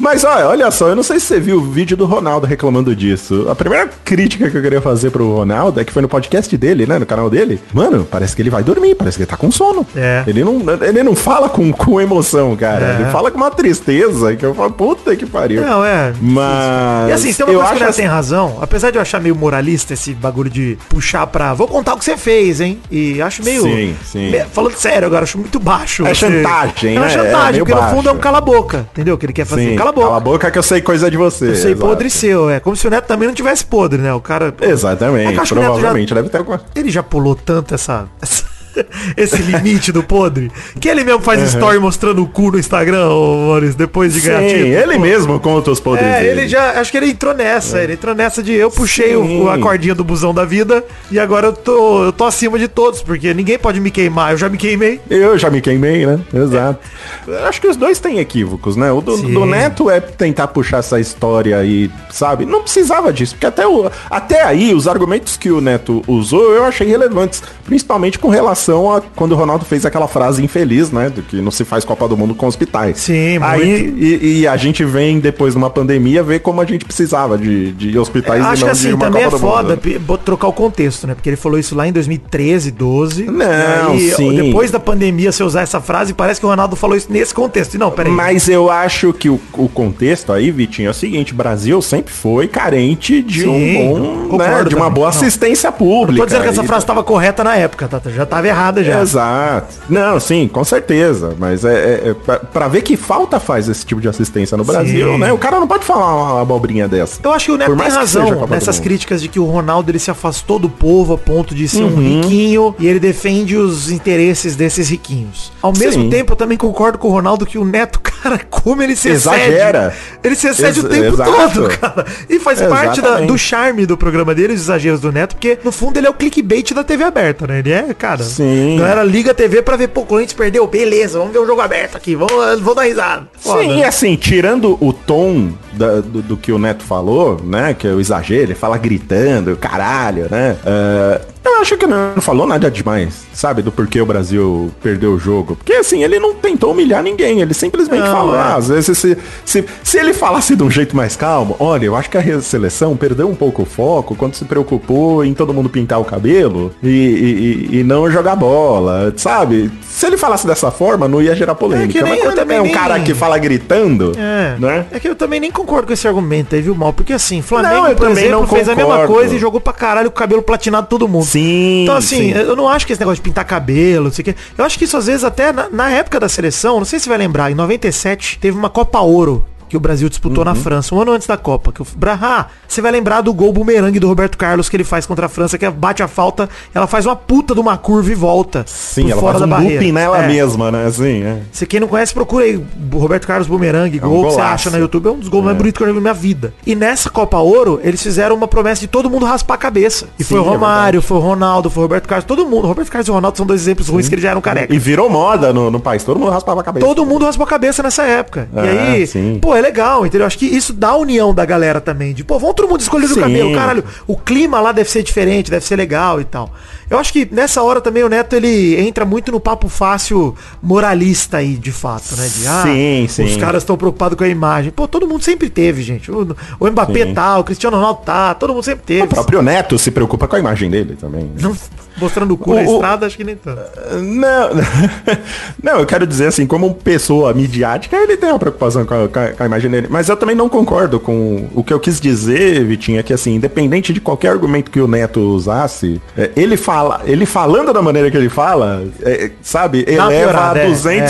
Speaker 2: Mas olha, olha só, eu não sei se você viu o vídeo do Ronaldo reclamando disso. A primeira crítica que eu queria fazer pro Ronaldo é que foi no podcast dele, né? No canal dele. Mano, parece que ele vai dormir, parece que ele tá com sono.
Speaker 3: É.
Speaker 2: Ele não, ele não fala com, com emoção, cara.
Speaker 3: É.
Speaker 2: Ele fala com uma tristeza que eu falo, puta que pariu.
Speaker 3: Não, é.
Speaker 2: Mas.
Speaker 3: E assim, se tem uma
Speaker 2: eu
Speaker 3: coisa
Speaker 2: acho
Speaker 3: que o Neto
Speaker 2: assim-
Speaker 3: tem razão, apesar de eu achar meio moralista esse bagulho de puxar pra. Vou contar o que você fez, hein? E acho meio.
Speaker 2: Sim, sim.
Speaker 3: me- Falando sério agora, acho muito baixo.
Speaker 2: É chantagem,
Speaker 3: É uma
Speaker 2: né? É
Speaker 3: chantagem,
Speaker 2: meio
Speaker 3: porque no fundo é um
Speaker 2: baixo.
Speaker 3: cala-boca, entendeu? Que ele quer fazer.
Speaker 2: Sim,
Speaker 3: assim, cala a boca.
Speaker 2: que eu sei coisa de você.
Speaker 3: Eu sei
Speaker 2: exato.
Speaker 3: podre seu, é. Como se o Neto também não tivesse podre, né? O cara. É que eu
Speaker 2: Exatamente,
Speaker 3: acho que o Neto já-
Speaker 2: provavelmente deve ter alguma
Speaker 3: ele já pulou tanto essa, essa- esse limite do podre que ele mesmo faz story mostrando o cu no Instagram, ô Maurício, depois de ganhar
Speaker 2: Sim,
Speaker 3: título.
Speaker 2: ele mesmo conta os poderes
Speaker 3: É,
Speaker 2: dele.
Speaker 3: ele já. Acho que ele entrou nessa. Ele entrou nessa de eu puxei o, o- a
Speaker 2: É. Sim.
Speaker 3: cordinha do busão da vida e agora eu tô, eu tô acima de todos, porque ninguém pode me queimar. Eu já me queimei.
Speaker 2: Eu já me queimei, né? Exato. Eu Acho que os dois têm equívocos, né? O do,
Speaker 3: Sim.
Speaker 2: do Neto é tentar puxar essa história aí, sabe? Não precisava disso, porque até, o, até aí os argumentos que o Neto usou eu achei relevantes, principalmente com relação a quando o Ronaldo fez aquela frase infeliz, né? Do que não se faz Copa do Mundo com hospitais.
Speaker 3: Sim,
Speaker 2: aí e, e a gente vem depois de uma pandemia ver como a gente precisava de, de hospitais e
Speaker 3: acho que
Speaker 2: não de
Speaker 3: assim,
Speaker 2: uma
Speaker 3: também é
Speaker 2: Copa do Mundo,
Speaker 3: foda
Speaker 2: né?
Speaker 3: pi- bo- trocar o contexto, né? Porque ele falou isso lá em 2013, 12.
Speaker 2: Não,
Speaker 3: e aí,
Speaker 2: sim.
Speaker 3: Depois da pandemia, você usar essa frase, parece que o Ronaldo falou isso nesse contexto. E não, peraí.
Speaker 2: Mas eu acho que o, o contexto aí, Vitinho, é o seguinte, Brasil sempre foi carente de
Speaker 3: Sim,
Speaker 2: um bom,
Speaker 3: concordo
Speaker 2: né, de uma
Speaker 3: também.
Speaker 2: boa
Speaker 3: Não.
Speaker 2: assistência pública.
Speaker 3: Tô dizendo que essa
Speaker 2: E-
Speaker 3: frase tava correta na época, tá? Já tava errada já.
Speaker 2: tá? Exato. Não, sim, com certeza. Mas é, é, é pra, pra ver que falta faz esse tipo de assistência no Brasil, né? O cara não pode falar uma abobrinha dessa.
Speaker 3: Eu acho que o Neto
Speaker 2: Por
Speaker 3: tem
Speaker 2: mais que seja a
Speaker 3: razão
Speaker 2: Copa do
Speaker 3: nessas
Speaker 2: Mundo.
Speaker 3: críticas de que o Ronaldo ele se afastou do povo a ponto de ser um
Speaker 2: Uhum.
Speaker 3: riquinho e ele defende os interesses desses riquinhos. Ao mesmo
Speaker 2: Sim.
Speaker 3: tempo, eu também concordo com o Ronaldo que o Neto, cara, como ele se
Speaker 2: Exagera.
Speaker 3: excede. Ele se excede o
Speaker 2: Ex-
Speaker 3: tempo
Speaker 2: exato.
Speaker 3: todo, cara. E faz parte da-
Speaker 2: Exatamente.
Speaker 3: do charme do programa dele, os exageros do Neto, porque no fundo ele é o clickbait da TV aberta, né? Ele é, cara.
Speaker 2: Sim.
Speaker 3: Galera liga a TV pra ver, pô, o Corinthians perdeu, beleza, vamos ver o jogo aberto aqui, vamos, vou dar risada. Foda,
Speaker 2: Sim,
Speaker 3: né?
Speaker 2: e assim, tirando o tom da- do, do que o Neto falou, né? Que é o exagero, ele fala gritando, caralho, né? eh, eu acho que não não falou nada demais, sabe? Do porquê o Brasil perdeu o jogo. Porque assim, ele não tentou humilhar ninguém, ele simplesmente
Speaker 3: Não,
Speaker 2: falou.
Speaker 3: é.
Speaker 2: "Ah, às vezes, se, se, se ele falasse de um jeito mais calmo, olha, eu acho que a re- seleção perdeu um pouco o foco quando se preocupou em todo mundo pintar o cabelo e, e- e- e não jogar bola, sabe? Se ele falasse dessa forma, não ia gerar polêmica.
Speaker 3: nem-
Speaker 2: mas quando
Speaker 3: também
Speaker 2: é um
Speaker 3: nem-
Speaker 2: cara que fala gritando,
Speaker 3: É.
Speaker 2: né?
Speaker 3: É que eu também nem concordo com esse argumento aí, viu, Mal? Porque assim, Flamengo,
Speaker 2: Não, eu
Speaker 3: por
Speaker 2: também
Speaker 3: exemplo,
Speaker 2: não
Speaker 3: fez a mesma
Speaker 2: concordo.
Speaker 3: coisa e jogou pra caralho com o cabelo platinado todo mundo.
Speaker 2: Sim.
Speaker 3: Então, assim,
Speaker 2: sim.
Speaker 3: eu não acho que esse negócio de pintar cabelo, não sei o quê. Eu acho que isso, às vezes, até na, na época da seleção, não sei se você vai lembrar, em 97, teve uma Copa Ouro que o Brasil disputou
Speaker 2: Uhum.
Speaker 3: na França, um ano antes da Copa. Que o Braha, você vai lembrar do gol bumerangue do Roberto Carlos que ele faz contra a França, que bate a falta, ela faz uma puta de uma curva e volta.
Speaker 2: Sim, ela faz um looping nela
Speaker 3: É.
Speaker 2: mesma, né? Assim, é.
Speaker 3: Se quem não conhece, procura aí Roberto Carlos Bumerangue, gol que você
Speaker 2: golaço.
Speaker 3: acha no YouTube. É um dos gols mais bonitos que eu já vi na minha vida. E nessa Copa Ouro, eles fizeram uma promessa de todo mundo raspar a cabeça. E foi o
Speaker 2: Sim, é
Speaker 3: Romário, foi o Ronaldo, foi o Roberto Carlos, todo mundo. Roberto Carlos e o Ronaldo são dois exemplos ruins que eles já eram careca.
Speaker 2: E virou moda no, no país, todo mundo raspava a cabeça.
Speaker 3: Todo mundo raspou a cabeça nessa época. e
Speaker 2: Ah,
Speaker 3: aí,
Speaker 2: sim.
Speaker 3: pô, é legal, entendeu? Acho que isso dá a união da galera também. De, pô, vamos todo mundo escolher o
Speaker 2: Sim.
Speaker 3: cabelo, caralho. O clima lá deve ser diferente, deve ser legal e tal. Eu acho que nessa hora também o Neto, ele entra muito no papo fácil moralista aí, de fato, né? De, ah,
Speaker 2: Sim, sim.
Speaker 3: os caras estão preocupados com a imagem. Pô, todo mundo sempre teve, gente. O, o Mbappé
Speaker 2: Sim.
Speaker 3: tá, o Cristiano Ronaldo tá, todo mundo sempre
Speaker 2: O
Speaker 3: teve.
Speaker 2: próprio Neto se preocupa com a imagem dele também.
Speaker 3: Não mostrando o cu
Speaker 2: O-
Speaker 3: na
Speaker 2: o-
Speaker 3: estrada, acho que nem tanto.
Speaker 2: Não, não, eu quero dizer assim, como pessoa midiática, ele tem uma preocupação com a, com a- com a imagem dele. Mas eu também não concordo com o que eu quis dizer, Vitinho, é que assim, independente de qualquer argumento que o Neto usasse, é, ele fala, ele falando da maneira que ele fala, é, é, sabe,
Speaker 3: uma
Speaker 2: eleva
Speaker 3: piorada,
Speaker 2: a
Speaker 3: é,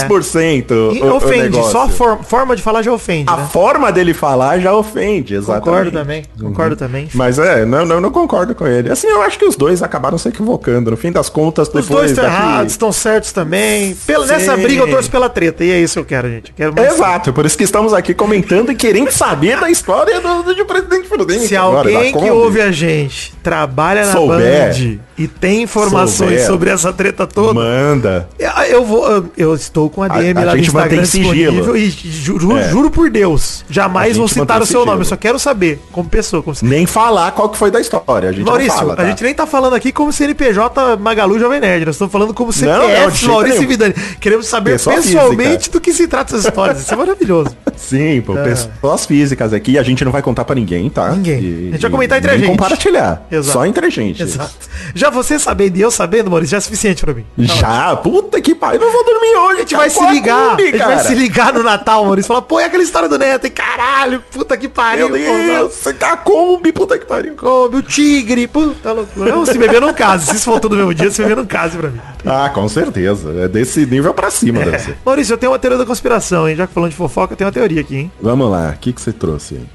Speaker 2: 200% o-
Speaker 3: E
Speaker 2: o,
Speaker 3: ofende,
Speaker 2: negócio.
Speaker 3: só a for- forma de falar já ofende,
Speaker 2: A
Speaker 3: né?
Speaker 2: forma dele falar já ofende, exatamente. Uhum.
Speaker 3: Concordo também, concordo também.
Speaker 2: Mas é, não, não, não concordo com ele. Assim, eu acho que os dois acabaram se equivocando. No fim das contas,
Speaker 3: Os dois estão errados, estão certos também. Pela, nessa
Speaker 2: Sim. É,
Speaker 3: briga eu torço pela treta. E é isso que eu quero, gente. Eu quero mais
Speaker 2: Exato, por isso que estamos aqui comentando e querendo saber da história do, do, de um presidente Prudente.
Speaker 3: Se
Speaker 2: agora, da
Speaker 3: alguém que
Speaker 2: Kombi.
Speaker 3: ouve a gente trabalha na
Speaker 2: Souber.
Speaker 3: Band e tem informações
Speaker 2: Souber.
Speaker 3: sobre essa treta toda,
Speaker 2: Manda.
Speaker 3: eu- eu vou, eu- eu estou com a DM
Speaker 2: a
Speaker 3: lá no
Speaker 2: gente
Speaker 3: Instagram
Speaker 2: mantém sigilo.
Speaker 3: disponível e juro,
Speaker 2: É.
Speaker 3: juro por Deus,
Speaker 2: A
Speaker 3: jamais vou
Speaker 2: gente
Speaker 3: citar
Speaker 2: mantém
Speaker 3: o seu nome,
Speaker 2: sigilo.
Speaker 3: eu só quero saber como pessoa, como
Speaker 2: Nem falar qual que foi da história. A gente
Speaker 3: Maurício,
Speaker 2: não fala, tá?
Speaker 3: a gente nem tá falando aqui como CNPJ Magalu Jovem Nerd, nós estamos falando
Speaker 2: não,
Speaker 3: como
Speaker 2: de
Speaker 3: CPF
Speaker 2: jeito
Speaker 3: Maurício
Speaker 2: nenhum. É
Speaker 3: Vidani. Queremos saber
Speaker 2: Pessoa
Speaker 3: pessoalmente
Speaker 2: física.
Speaker 3: do que se trata essas histórias, isso é maravilhoso.
Speaker 2: Sim, pô, pessoas físicas aqui, a gente não vai contar pra ninguém, tá?
Speaker 3: É. Ninguém. A gente vai comentar entre a
Speaker 2: nem
Speaker 3: gente.
Speaker 2: compartilhar.
Speaker 3: Exato.
Speaker 2: Só entre a gente.
Speaker 3: Exato. Já você sabendo e eu sabendo, Maurício, já é suficiente pra mim.
Speaker 2: Já, puta que pariu, não vou dormir hoje.
Speaker 3: A gente vai se ligar, a gente vai se ligar no Natal, Maurício, falar, pô, é aquela história do Neto, e caralho, puta que pariu,
Speaker 2: Meu
Speaker 3: pô, não.
Speaker 2: Deus, você tá Kombi, puta que pariu.
Speaker 3: Come o tigre, puta loucura. Tá Não, se beber não case, se isso for tudo no mesmo dia, se beber não case pra mim.
Speaker 2: Ah, com certeza. É desse nível pra cima, deve ser.
Speaker 3: Maurício, eu tenho uma teoria da conspiração, hein, já que falando de fofoca, eu tenho uma teoria aqui, hein.
Speaker 2: Vamos lá, o que, que você trouxe aí?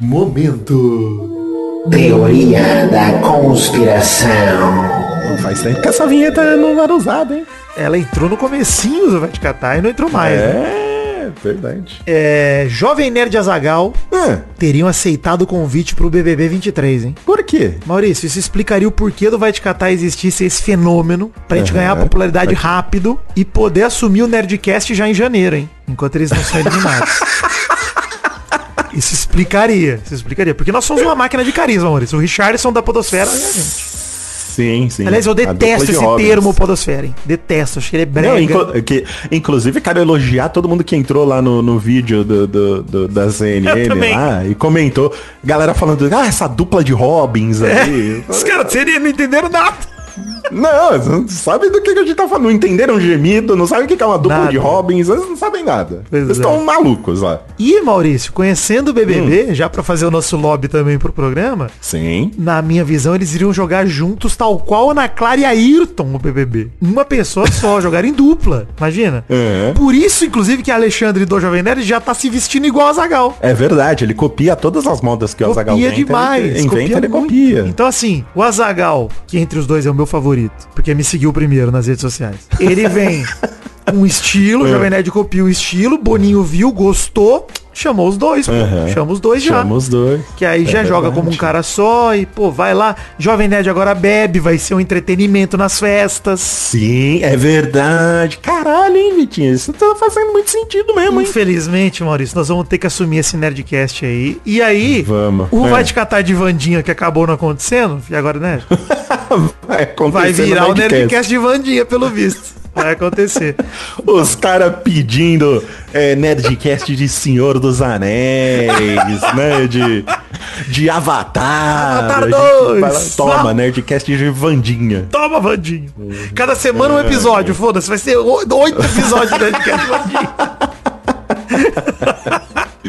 Speaker 1: Teoria da conspiração.
Speaker 2: Não faz tempo que essa vinheta é não era usada, hein?
Speaker 3: Ela entrou no comecinho do Vai Te Catar e não entrou mais, né?
Speaker 2: É, verdade.
Speaker 3: É, Jovem Nerd e Azagal
Speaker 2: Ah,
Speaker 3: teriam aceitado o convite pro BBB 23, hein?
Speaker 2: por quê?
Speaker 3: Maurício, isso explicaria o porquê do Vai Te Catar existir ser esse fenômeno pra gente
Speaker 2: Aham.
Speaker 3: ganhar popularidade rápido e poder assumir o Nerdcast já em janeiro, hein? Enquanto eles não são eliminados. Isso explicaria, isso explicaria. Porque nós somos uma máquina de carisma, Maurício. O Richardson da Podosfera. é a gente.
Speaker 2: Sim, sim.
Speaker 3: Aliás, eu
Speaker 2: A dupla
Speaker 3: detesto
Speaker 2: de
Speaker 3: esse
Speaker 2: Robins.
Speaker 3: termo Podosfera, hein? Detesto, acho que ele é brega.
Speaker 2: Não, inclu- que, inclusive, quero elogiar todo mundo que entrou lá no, no vídeo do, do- do- da
Speaker 3: Eu
Speaker 2: CNN
Speaker 3: também.
Speaker 2: lá e comentou. Galera falando, ah, essa dupla de Robins aí.
Speaker 3: Os caras seria- não entenderam nada.
Speaker 2: Não, eles não sabem do que que a gente tá falando. Não entenderam gemido, não sabem o que que é uma dupla
Speaker 3: Nada.
Speaker 2: de Robins, eles não sabem nada.
Speaker 3: Pois
Speaker 2: eles
Speaker 3: é.
Speaker 2: estão malucos lá.
Speaker 3: E, Maurício, conhecendo o BBB,
Speaker 2: Hum.
Speaker 3: já pra fazer o nosso lobby também pro programa,
Speaker 2: Sim.
Speaker 3: na minha visão, eles iriam jogar juntos, tal qual Ana Clara e Ayrton, o BBB. Uma pessoa só, jogar em dupla, imagina.
Speaker 2: É.
Speaker 3: Por isso, inclusive, que Alexandre do Jovem Nerd já tá se vestindo igual a Zagal.
Speaker 2: É verdade, ele copia todas as modas que o Azaghal
Speaker 3: Copia demais.
Speaker 2: ele inventa, ele
Speaker 3: muito.
Speaker 2: copia.
Speaker 3: Então, assim, o Azagal, que entre os dois é o meu favorito, porque me seguiu primeiro nas redes sociais. Ele vem com um
Speaker 2: É.
Speaker 3: estilo, o Jovem Nerd copia o estilo, Boninho viu, gostou, chamou os dois, pô.
Speaker 2: Aham.
Speaker 3: Chama os dois já.
Speaker 2: Chama os dois.
Speaker 3: Que aí
Speaker 2: É
Speaker 3: já joga
Speaker 2: verdade.
Speaker 3: como um cara só e, pô, vai lá. Jovem Nerd agora bebe, vai ser um entretenimento nas festas.
Speaker 2: Sim, é verdade. Caralho, hein, Vitinho? Isso tá fazendo muito sentido mesmo, hein?
Speaker 3: Infelizmente, Maurício, nós vamos ter que assumir esse Nerdcast aí. E aí,
Speaker 2: Vamos.
Speaker 3: o
Speaker 2: É.
Speaker 3: Vai Te Catar de Vandinha que acabou não acontecendo, e agora, né?
Speaker 2: Vai,
Speaker 3: Vai
Speaker 2: acontecer é no
Speaker 3: virar o
Speaker 2: Nerdcast.
Speaker 3: Nerdcast de Vandinha, pelo visto. Vai acontecer.
Speaker 2: Os caras pedindo é, Nerdcast de Senhor dos Anéis, né? De, de Avatar.
Speaker 3: Avatar
Speaker 2: A gente
Speaker 3: 2.
Speaker 2: fala, Toma, Nerdcast de Vandinha.
Speaker 3: Toma, Vandinho.
Speaker 2: Uhum.
Speaker 3: Cada semana um episódio, foda-se. Vai ser o- oito episódios é do Nerdcast Vandinho.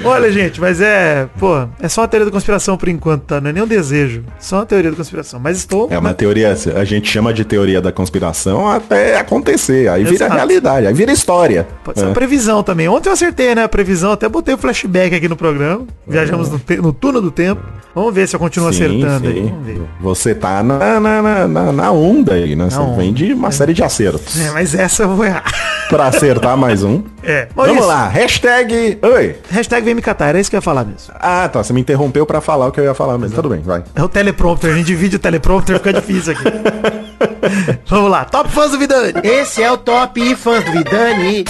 Speaker 3: Olha, gente, mas é. Pô, é só uma teoria da conspiração por enquanto, tá? Não é nem um desejo. Só uma teoria da conspiração. Mas estou.
Speaker 2: É uma teoria, a gente chama de teoria da conspiração até acontecer. Aí vira
Speaker 3: Exato.
Speaker 2: realidade, aí vira história.
Speaker 3: Pode ser uma
Speaker 2: É.
Speaker 3: previsão também. Ontem eu acertei, né? A previsão, até botei o flashback aqui no programa. Viajamos no, te- no túnel do tempo. Vamos ver se eu continuo
Speaker 2: Uhum. Sim,
Speaker 3: acertando
Speaker 2: sim.
Speaker 3: aí. Vamos ver.
Speaker 2: Você tá na, na, na, na- na onda aí, né? Você
Speaker 3: onda.
Speaker 2: vem de uma série de acertos.
Speaker 3: É, mas essa eu vou errar.
Speaker 2: Pra acertar mais um.
Speaker 3: É.
Speaker 2: Vamos
Speaker 3: Maurício,
Speaker 2: lá, hashtag... Oi.
Speaker 3: Hashtag vem me catar, era isso que eu ia falar mesmo.
Speaker 2: Ah, tá, você me interrompeu pra falar o que eu ia falar, mas tudo bem, vai.
Speaker 3: É o teleprompter, a gente divide o teleprompter, fica difícil aqui. Vamos lá, top fãs do Vidani.
Speaker 5: Esse é o Top Fãs do Vidani.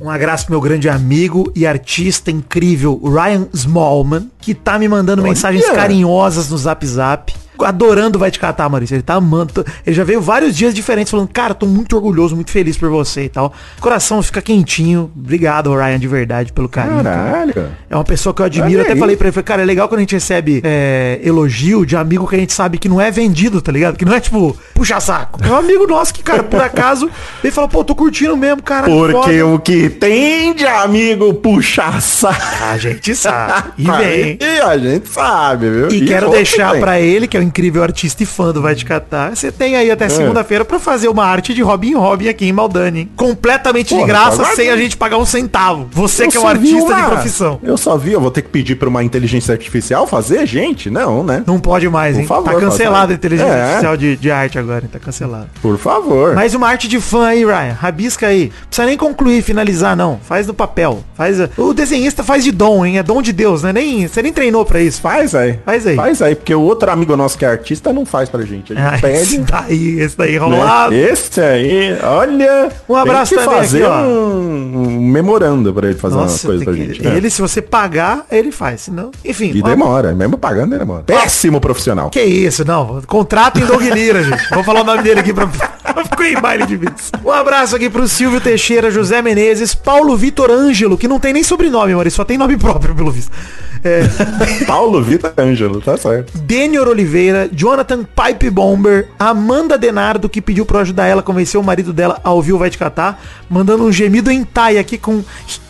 Speaker 3: Um abraço pro meu grande amigo e artista incrível, Ryan Smallman, que tá me mandando mensagens carinhosas no Zap Zap. Adorando o Vai Te Catar, Maurício. Ele tá amando. Tô- Ele já veio vários dias diferentes falando, cara, tô muito orgulhoso, muito feliz por você e tal. Coração fica quentinho. Obrigado, Ryan, de verdade, pelo carinho. cara.
Speaker 2: Caralho.
Speaker 3: É uma pessoa que eu admiro.
Speaker 2: Olha
Speaker 3: Até
Speaker 2: aí.
Speaker 3: falei pra ele, falei, cara, é legal quando a gente recebe é, elogio de amigo que a gente sabe que não é vendido, tá ligado? Que não é tipo, puxa saco. É um amigo nosso que, cara, por acaso, ele falou, pô, tô curtindo mesmo, cara. que foda.
Speaker 2: Porque o que tem de amigo puxa saco.
Speaker 3: A gente sabe. Ah, E vem.
Speaker 2: E a gente sabe, viu?
Speaker 3: E quero
Speaker 2: outro
Speaker 3: deixar
Speaker 2: tem.
Speaker 3: pra ele, que é um incrível artista e fã do Vai Te Catar, você tem aí
Speaker 2: É.
Speaker 3: até segunda-feira pra fazer uma arte de Robin Robin aqui em Maldani. hein? Completamente
Speaker 2: Porra,
Speaker 3: de graça,
Speaker 2: agora-
Speaker 3: sem a gente pagar um centavo. Você
Speaker 2: Eu
Speaker 3: que é um
Speaker 2: só vi
Speaker 3: artista de
Speaker 2: uma-
Speaker 3: profissão.
Speaker 2: Eu só vi, eu vou ter que pedir pra uma inteligência artificial fazer, gente? Não, né?
Speaker 3: Não pode mais,
Speaker 2: Por
Speaker 3: hein?
Speaker 2: favor,
Speaker 3: tá cancelado
Speaker 2: papai.
Speaker 3: a inteligência
Speaker 2: É.
Speaker 3: artificial de, de arte agora, hein? tá cancelado.
Speaker 2: Por favor.
Speaker 3: Mais uma arte de fã aí, Ryan. Rabisca aí. Não precisa nem concluir, finalizar, não. Faz no papel. Faz. eh, O desenhista faz de dom, hein? É dom de Deus, né? Nem... Você nem treinou pra isso. Faz.
Speaker 2: Faz aí.
Speaker 3: Faz aí.
Speaker 2: Faz aí, porque o outro amigo nosso que é artista não faz pra gente. Ele
Speaker 3: Ah, esse
Speaker 2: pede. né?
Speaker 3: daí, esse daí é enrolado.
Speaker 2: Esse aí, olha.
Speaker 3: Um abraço
Speaker 2: tem que
Speaker 3: também
Speaker 2: fazer
Speaker 3: aqui, ó.
Speaker 2: um, um memorando pra ele fazer umas
Speaker 3: Nossa,
Speaker 2: coisas é pra
Speaker 3: tem que-
Speaker 2: gente. né?
Speaker 3: ele, se você pagar, ele faz. Senão... Enfim.
Speaker 2: E
Speaker 3: ó,
Speaker 2: demora, mesmo pagando, ele demora. Péssimo profissional.
Speaker 3: Que isso, não. Contrato em Doug Lira, gente. Vou falar o nome dele aqui pra. Ficou em baile de bits. Um abraço aqui pro Silvio Teixeira, José Menezes, Paulo Vitor Ângelo, que não tem nem sobrenome, mano. Ele só tem nome próprio, pelo visto. É,
Speaker 2: Paulo Vitor Ângelo, tá certo.
Speaker 3: Denior Oliveira, Jonathan Pipe Bomber, Amanda Denardo, que pediu pra eu ajudar ela a convencer o marido dela a ouvir o Vai Te Catar, mandando um gemido em Thai aqui com...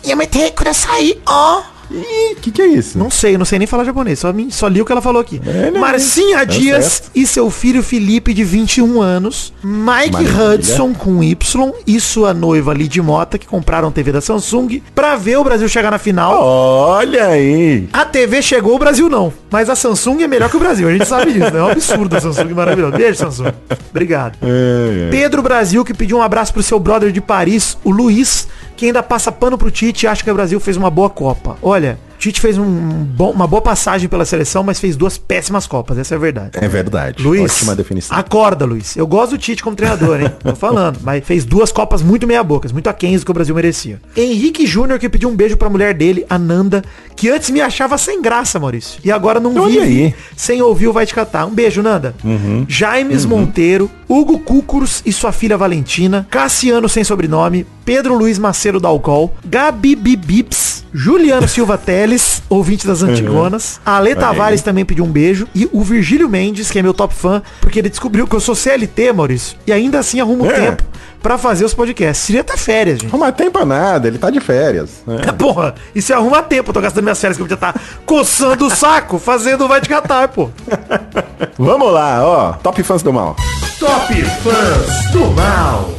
Speaker 3: Yamatei Kurasai, ó...
Speaker 2: Ih, que que é isso?
Speaker 3: Não sei, não sei nem falar japonês, só, mim- só li o que ela falou aqui.
Speaker 2: É, né?
Speaker 3: Marcinha
Speaker 2: Tá
Speaker 3: Dias
Speaker 2: certo.
Speaker 3: e seu filho Felipe, de 21 anos, Mike
Speaker 2: Maravilha.
Speaker 3: Hudson, com Y, e sua noiva Lid Mota, que compraram TV da Samsung, pra ver o Brasil chegar na final.
Speaker 2: Oh. Olha aí.
Speaker 3: A TV chegou, o Brasil não. Mas a Samsung é melhor que o Brasil, a gente sabe disso. né? É um absurdo a Samsung maravilhosa. Beijo, Samsung. Obrigado.
Speaker 2: É,
Speaker 3: Pedro Brasil, que pediu um abraço pro seu brother de Paris, o Luiz, que ainda passa pano pro Tite e acha que o Brasil fez uma boa Copa. Olha, o Tite fez um bom- uma boa passagem pela seleção, mas fez duas péssimas Copas, essa é a verdade.
Speaker 2: é verdade.
Speaker 3: Luiz,
Speaker 2: Ótima definição.
Speaker 3: acorda, Luiz. Eu gosto do Tite como treinador, hein? Tô falando. Mas fez duas Copas muito meia-bocas, muito aquém do que o Brasil merecia. Henrique Júnior, que pediu um beijo pra mulher dele, a Nanda, que antes me achava sem graça, Maurício. E agora não
Speaker 2: Olha
Speaker 3: vive
Speaker 2: aí.
Speaker 3: sem ouvir o Vai Te Catar. Um beijo, Nanda. Jaimes Monteiro, Hugo Cúcuros e sua filha Valentina, Cassiano Sem Sobrenome, Pedro Luiz Macedo Dalcol, Gabi Bibips, Juliano Silva Teles, ouvinte das Antigonas, Ale Tavares também pediu um beijo, e o Virgílio Mendes, que é meu top fã, porque ele descobriu que eu sou CLT, Maurício, e ainda assim arrumo
Speaker 2: É.
Speaker 3: tempo pra fazer os podcasts. Seria até férias, gente.
Speaker 2: Não, mas tem pra nada, ele tá de férias. né?
Speaker 3: Porra, isso arruma tempo, eu tô gastando minhas férias que eu podia estar coçando o saco, fazendo o vai te catar, pô.
Speaker 2: Vamos lá, ó. Top fãs do mal.
Speaker 4: Top Fãs do Mal.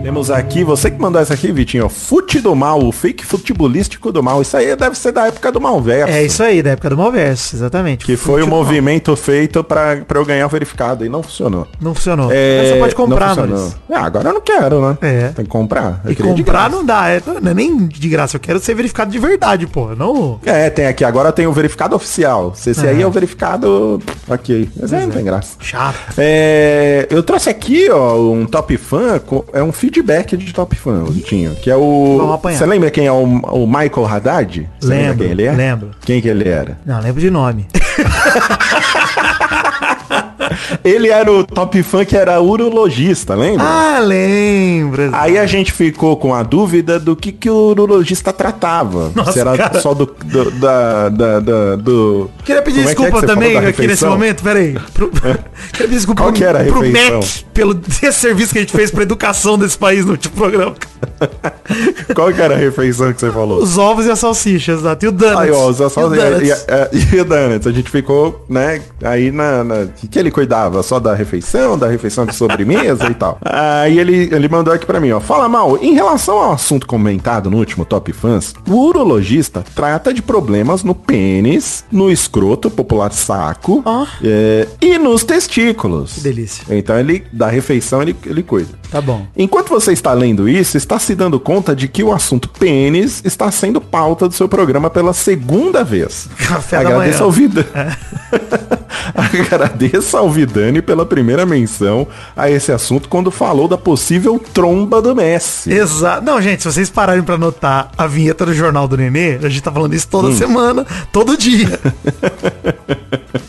Speaker 2: Temos aqui, você que mandou essa aqui, Vitinho, ó, Fute do Mal, o fake futebolístico do mal. Isso aí deve ser da época do Malverso.
Speaker 3: É isso aí, da época do Malverso, exatamente. Tipo,
Speaker 2: Que foi o
Speaker 3: Futebol.
Speaker 2: movimento feito pra, pra eu ganhar o verificado e não funcionou.
Speaker 3: Não funcionou.
Speaker 2: É,
Speaker 3: Agora você pode comprar,
Speaker 2: não funcionou.
Speaker 3: Maurício.
Speaker 2: Ah, agora eu não quero, né?
Speaker 3: É.
Speaker 2: Tem que comprar. Eu
Speaker 3: E
Speaker 2: queria de
Speaker 3: comprar
Speaker 2: graça.
Speaker 3: não dá, é, não é nem de graça, eu quero ser verificado de verdade, porra. Não.
Speaker 2: É, tem aqui. Agora tem o verificado oficial. Se esse aí é o verificado. Ok. Mas é, não tem graça.
Speaker 3: Chato.
Speaker 2: É, eu trouxe aqui, ó, um top fã, co- é um feedback de top fã, Vitinho, que é
Speaker 3: Vamos
Speaker 2: o...
Speaker 3: apanhar.
Speaker 2: Você lembra quem é o, o Michael Haddad? Você lembra
Speaker 3: Lembro,
Speaker 2: quem ele é?
Speaker 3: lembro.
Speaker 2: Quem que ele era?
Speaker 3: Não, lembro de nome.
Speaker 2: Ele era o top fã que era urologista, lembra?
Speaker 3: ah, lembro.
Speaker 2: Aí é- a gente ficou com a dúvida do que, que o urologista tratava.
Speaker 3: Nossa,
Speaker 2: Se era
Speaker 3: cara.
Speaker 2: só do... do da, da- da- do...
Speaker 3: Queria pedir
Speaker 2: Como é que é que
Speaker 3: desculpa
Speaker 2: você
Speaker 3: também
Speaker 2: falou da
Speaker 3: aqui nesse
Speaker 2: refeição? É.
Speaker 3: momento, peraí. Pro- Queria pedir desculpa
Speaker 2: Qual que era a
Speaker 3: pro
Speaker 2: refeição?
Speaker 3: Mac pelo desserviço que a gente fez pra educação desse país no último programa.
Speaker 2: Qual que era a refeição que você falou?
Speaker 3: Os ovos e as salsichas, exato. E o Donuts.
Speaker 2: Aí, ó, os
Speaker 3: E o
Speaker 2: assaltos,
Speaker 3: Donuts.
Speaker 2: e, é, e, e, e o Donuts, a gente ficou, né, aí na, na- que, que ele cuidava? Só da refeição, da refeição de sobremesa e tal. Aí ele, ele mandou aqui pra mim, ó, fala mal, em relação ao assunto comentado no último Top Fans, o urologista trata de problemas no pênis, no escroto, popular saco,
Speaker 3: Ó.
Speaker 2: é, e nos testículos. Que
Speaker 3: delícia.
Speaker 2: Então ele, da refeição, ele, ele cuida.
Speaker 3: Tá bom.
Speaker 2: Enquanto você está lendo isso, está se dando conta de que o assunto pênis está sendo pauta do seu programa pela segunda vez.
Speaker 3: Café da
Speaker 2: Agradeço
Speaker 3: manhã. É.
Speaker 2: ao Vida. Agradeço ao Vidani pela primeira menção a esse assunto quando falou da possível tromba do Messi.
Speaker 3: Exato. Não, gente, se vocês pararem pra notar a vinheta do Jornal do Nenê, a gente tá falando isso
Speaker 2: Hum.
Speaker 3: toda semana, todo dia.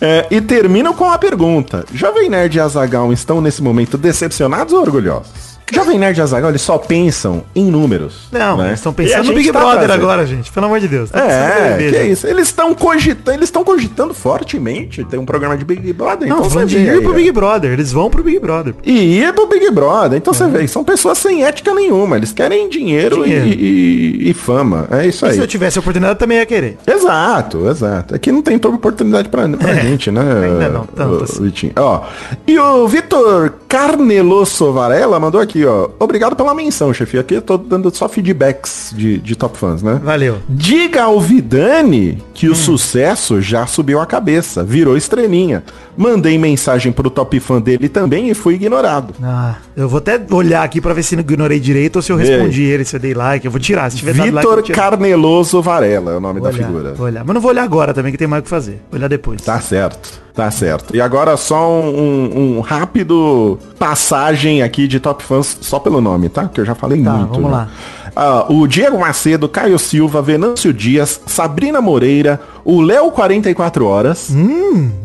Speaker 2: É, e termino com a pergunta: Jovem Nerd e Azagal estão nesse momento decepcionados ou orgulhosos? Jovem Nerd e Azaghal, eles só pensam em números.
Speaker 3: Não,
Speaker 2: né?
Speaker 3: eles estão
Speaker 2: E a
Speaker 3: pensando no
Speaker 2: gente
Speaker 3: Big
Speaker 2: tá
Speaker 3: Brother
Speaker 2: trazendo.
Speaker 3: agora, gente. Pelo amor de Deus. tá precisando
Speaker 2: É,
Speaker 3: beber,
Speaker 2: que é
Speaker 3: gente.
Speaker 2: isso. Eles estão cogitando, eles estão cogitando fortemente. Tem um programa de Big Brother.
Speaker 3: Não,
Speaker 2: então você vê
Speaker 3: Vladimir
Speaker 2: aí,
Speaker 3: pro
Speaker 2: ó.
Speaker 3: Big Brother. Eles vão pro Big Brother.
Speaker 2: E ir pro Big Brother. Então você vê, são pessoas sem ética nenhuma. Eles querem dinheiro,
Speaker 3: É. Dinheiro.
Speaker 2: E, e- e fama. É isso
Speaker 3: E
Speaker 2: aí.
Speaker 3: se eu tivesse a oportunidade, eu também ia querer.
Speaker 2: Exato, exato. Aqui não tem tanta oportunidade pra, pra gente, né?
Speaker 3: É, ainda não, tanto
Speaker 2: ô,
Speaker 3: assim.
Speaker 2: Vitinho? Ó, e o Vitor Carneloso Varela mandou aqui, ó. Obrigado pela menção, chefe. Aqui eu tô dando só feedbacks de, de top fãs, né?
Speaker 3: Valeu.
Speaker 2: Diga ao Vidani que
Speaker 3: Hum.
Speaker 2: o sucesso já subiu a cabeça, virou estrelinha. Mandei mensagem pro top fã dele também e fui ignorado.
Speaker 3: Ah, eu vou até olhar aqui pra ver se eu ignorei direito ou se eu
Speaker 2: Vê aí.
Speaker 3: respondi ele, se eu dei like. Eu vou tirar. Se tiver dado like, eu
Speaker 2: Vitor
Speaker 3: vou tirar.
Speaker 2: Carneloso Varela é o nome
Speaker 3: Vou
Speaker 2: da
Speaker 3: olhar,
Speaker 2: figura.
Speaker 3: Vou olhar. Mas não vou olhar agora também, que tem mais o que fazer. Vou olhar depois.
Speaker 2: Tá certo, tá certo. E agora só um, um- um rápido passagem aqui de top fãs só pelo nome, tá? Porque eu já falei
Speaker 3: Tá,
Speaker 2: muito.
Speaker 3: vamos
Speaker 2: né?
Speaker 3: lá.
Speaker 2: Ah, o Diego Macedo, Caio Silva, Venâncio Dias, Sabrina Moreira, o Léo 44 Horas,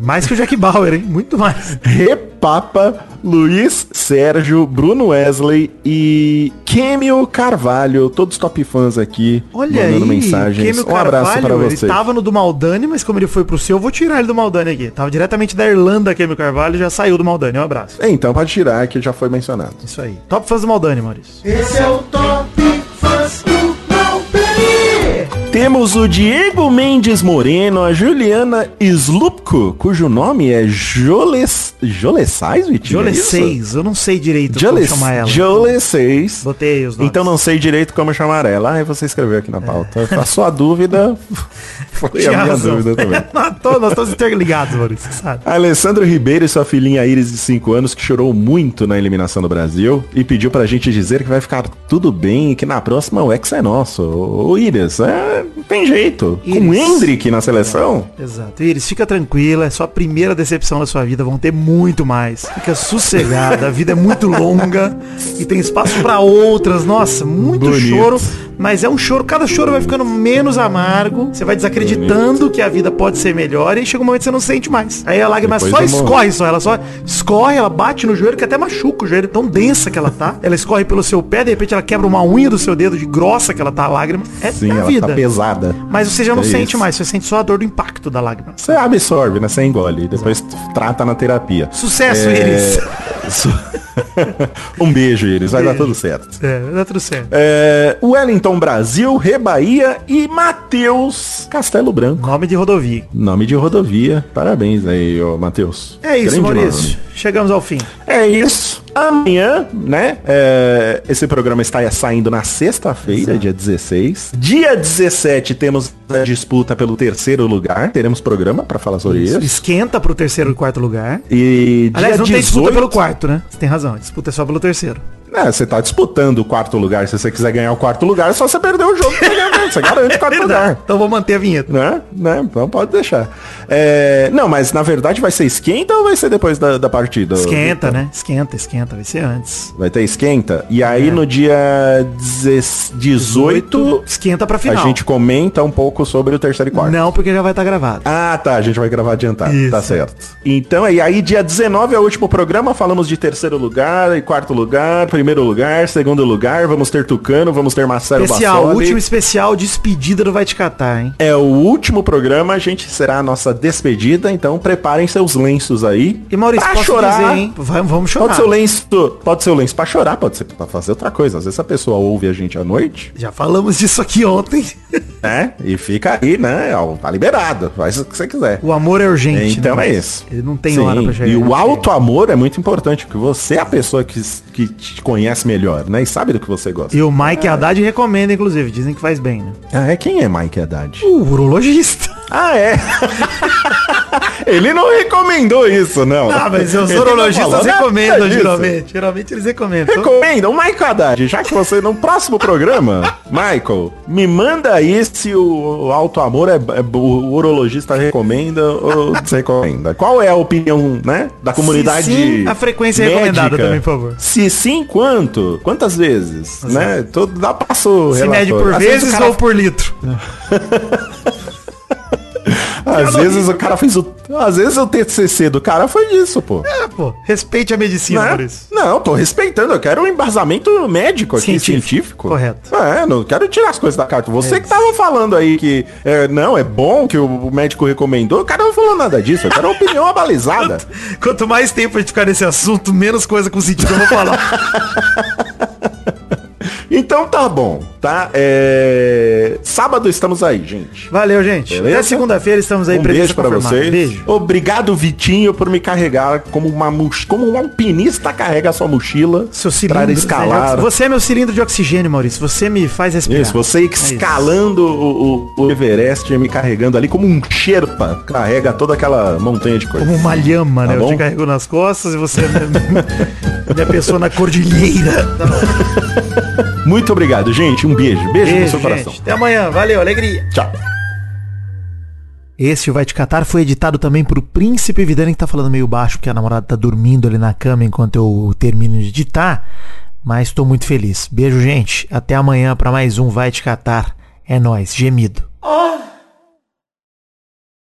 Speaker 3: Mais que o Jack Bauer, hein? Muito mais.
Speaker 2: Repapa, Luiz Sérgio, Bruno Wesley e Kemio Carvalho, todos top fãs aqui
Speaker 3: Olha
Speaker 2: mandando
Speaker 3: aí.
Speaker 2: mensagens.
Speaker 3: Kêmio
Speaker 2: Um abraço pra
Speaker 3: Carvalho,
Speaker 2: vocês.
Speaker 3: Ele tava no do Maldani, mas como ele foi pro seu, eu vou tirar ele do Maldani aqui. Tava diretamente da Irlanda, Kêmio Carvalho, já saiu do Maldani. Um abraço.
Speaker 2: É, Então pode tirar que já foi mencionado.
Speaker 3: Isso aí. Top fãs do Maldani, Maurício.
Speaker 5: Esse é o Top Fãs do Malperi.
Speaker 2: Temos o Diego Mendes Moreno, a Juliana Slupko, cujo nome é Joles... Jolessais, Vitinho?
Speaker 3: Jole
Speaker 2: é isso?
Speaker 3: 6, eu não sei direito
Speaker 2: Joles...
Speaker 3: como chamar ela.
Speaker 2: Jolesseis.
Speaker 3: Botei os nomes.
Speaker 2: Então não sei direito como chamar ela. Aí você escreveu aqui na pauta. A sua dúvida foi a
Speaker 3: Tinha
Speaker 2: minha
Speaker 3: razão.
Speaker 2: dúvida também.
Speaker 3: Nós to- nós estamos interligados, Maurício, você sabe?
Speaker 2: Alessandro Ribeiro e sua filhinha Iris de 5 anos que chorou muito na eliminação do Brasil e pediu pra gente dizer que vai ficar tudo bem e que na próxima o ex é nosso. Ô ô, Iris, é, não tem jeito. Com o
Speaker 3: Iris.
Speaker 2: Hendrick na seleção,
Speaker 3: Exato. Iris, fica tranquila, é só a primeira decepção da sua vida, vão ter muito mais. Fica sossegada, a vida é muito longa e tem espaço pra outras. Nossa, muito
Speaker 2: Bonito.
Speaker 3: choro, mas é um choro, cada choro vai ficando menos amargo, você vai desacreditando que a vida pode ser melhor e chega um momento que você não sente mais. Aí a lágrima
Speaker 2: Depois
Speaker 3: só
Speaker 2: eu morro.
Speaker 3: escorre só, ela só escorre, ela bate no joelho que até machuca o joelho, tão densa que ela tá. Ela escorre pelo seu pé, de repente ela quebra uma unha do seu dedo de grossa que ela tá a lágrima. É
Speaker 2: sim,
Speaker 3: a
Speaker 2: ela
Speaker 3: vida.
Speaker 2: tá pesada.
Speaker 3: Mas você já não
Speaker 2: É
Speaker 3: sente
Speaker 2: isso.
Speaker 3: mais, você sente só a dor do impacto da lágrima.
Speaker 2: Você absorve, né? Você engole. Depois trata na terapia.
Speaker 3: Sucesso,
Speaker 2: É,
Speaker 3: Iris!
Speaker 2: su- um beijo, Iris. Vai dar tudo certo.
Speaker 3: É, dá tudo certo.
Speaker 2: É, Wellington Brasil, Rebaia e Matheus Castelo Branco.
Speaker 3: Nome de rodovia.
Speaker 2: Nome de rodovia. Parabéns aí, ô Matheus.
Speaker 3: É isso,
Speaker 2: Grande
Speaker 3: Maurício. Chegamos ao fim.
Speaker 2: nome. É isso. Amanhã, né? é, esse programa está saindo na sexta-feira, dia 16. Dia 17 temos a disputa pelo terceiro lugar. Teremos programa para falar sobre isso.
Speaker 3: Esquenta pro terceiro e quarto lugar.
Speaker 2: E dia
Speaker 3: Aliás, não tem disputa
Speaker 2: 18
Speaker 3: pelo quarto, né? Você tem razão, a disputa é só pelo terceiro.
Speaker 2: É, você tá disputando o quarto lugar. Se você quiser ganhar o quarto lugar, é só você perder o jogo. que você ganha. né? você garante o quarto lugar.
Speaker 3: Então vou manter a vinheta.
Speaker 2: Né? Né? Então pode deixar. É, não, mas na verdade vai ser esquenta ou vai ser depois da, da partida?
Speaker 3: Esquenta, né? Esquenta, esquenta, vai ser antes.
Speaker 2: Vai ter esquenta. E
Speaker 3: É.
Speaker 2: aí no dia 18,
Speaker 3: Esquenta pra
Speaker 2: a
Speaker 3: final.
Speaker 2: gente comenta um pouco sobre o terceiro e quarto.
Speaker 3: Não, porque já vai estar gravado.
Speaker 2: Ah, tá. A gente vai gravar adiantado.
Speaker 3: Isso.
Speaker 2: Tá certo. Então, e aí dia 19 é o último programa. Falamos de terceiro lugar e quarto lugar, primeiro lugar, segundo lugar. Vamos ter Tucano, vamos ter Marcelo
Speaker 3: Especial,
Speaker 2: Bassoli.
Speaker 3: último especial, despedida do Vai Te Catar, hein?
Speaker 2: É o último programa, a gente será a nossa despedida, então preparem seus lenços aí.
Speaker 3: E Maurício,
Speaker 2: pra
Speaker 3: posso
Speaker 2: chorar,
Speaker 3: dizer, hein? Vai- vamos chorar.
Speaker 2: Pode ser o lenço, pode ser o lenço pra chorar, pode ser pra fazer outra coisa. Às vezes a pessoa ouve a gente à noite,
Speaker 3: Já falamos disso aqui ontem.
Speaker 2: né? E fica aí, né? Ó, Tá liberado, faz o que você quiser.
Speaker 3: O amor é urgente.
Speaker 2: Então
Speaker 3: né?
Speaker 2: é isso.
Speaker 3: Ele não tem
Speaker 2: Sim,
Speaker 3: hora pra chegar.
Speaker 2: E o
Speaker 3: não
Speaker 2: alto amor é muito importante, porque você é a pessoa que, que te conhece melhor, né? E sabe do que você gosta.
Speaker 3: E o Mike Haddad recomenda, inclusive. Dizem que faz bem, né?
Speaker 2: Ah, é quem é Mike Haddad?
Speaker 3: O urologista.
Speaker 2: Ah, é? Ele não recomendou isso, não.
Speaker 3: Ah, mas os
Speaker 2: Ele não falou
Speaker 3: urologistas
Speaker 2: nada
Speaker 3: recomendam,
Speaker 2: disso.
Speaker 3: geralmente. Geralmente eles recomendam.
Speaker 2: Recomenda, o Michael Haddad, já que você no próximo programa, Michael, me manda aí se o Alto Amor é, é- o urologista recomenda ou desrecomenda. Qual é a opinião, né, da comunidade
Speaker 3: sim, a frequência é recomendada também, por favor.
Speaker 2: Se sim, quanto? Quantas vezes? Né? Todo, dá passo É.
Speaker 3: Se mede por vezes ou por litro.
Speaker 2: Às
Speaker 3: piada
Speaker 2: vezes
Speaker 3: horrível.
Speaker 2: o cara fez o. Às vezes o TCC do cara foi disso, pô.
Speaker 3: É, pô. Respeite a medicina,
Speaker 2: Né?
Speaker 3: Maurício.
Speaker 2: Não, tô respeitando. Eu quero um embasamento médico aqui,
Speaker 3: Científico.
Speaker 2: científico.
Speaker 3: Correto. É.
Speaker 2: É, não quero tirar as coisas da carta. Você que tava falando aí que é, não, é bom que o médico recomendou. O cara não falou nada disso. Eu quero uma opinião abalizada.
Speaker 3: Quanto mais tempo a gente ficar nesse assunto, menos coisa com sentido eu vou falar.
Speaker 2: Então tá bom, tá? É... Sábado estamos aí, gente.
Speaker 3: Valeu, gente.
Speaker 2: Beleza?
Speaker 3: Até segunda-feira estamos aí
Speaker 2: um
Speaker 3: presença
Speaker 2: beijo pra
Speaker 3: confirmada.
Speaker 2: vocês.
Speaker 3: Beijo.
Speaker 2: Obrigado, Vitinho, por me carregar como uma moch... como um alpinista carrega sua mochila
Speaker 3: Seu
Speaker 2: para
Speaker 3: cilindro. né?
Speaker 2: escalar.
Speaker 3: Você é meu cilindro de oxigênio, Maurício. Você me faz respirar. É
Speaker 2: Isso, você escalando o, o- o Everest e me carregando ali como um Sherpa. Carrega toda aquela montanha de coisa.
Speaker 3: Como uma lhama, né?
Speaker 2: Tá
Speaker 3: eu te
Speaker 2: bom?
Speaker 3: carrego nas costas e você é minha, minha pessoa na cordilheira. Tá bom.
Speaker 2: Muito obrigado, gente. Um beijo. Beijo, no
Speaker 3: Beijo,
Speaker 2: seu coração.
Speaker 3: gente. Até amanhã. Valeu, alegria.
Speaker 2: Tchau.
Speaker 3: Esse o Vai Te Catar foi editado também por Príncipe Vidani, que tá falando meio baixo, porque a namorada tá dormindo ali na cama enquanto eu termino de editar. Mas tô muito feliz. Beijo, gente. Até amanhã pra mais um Vai Te Catar. É nóis, gemido.
Speaker 5: Oh,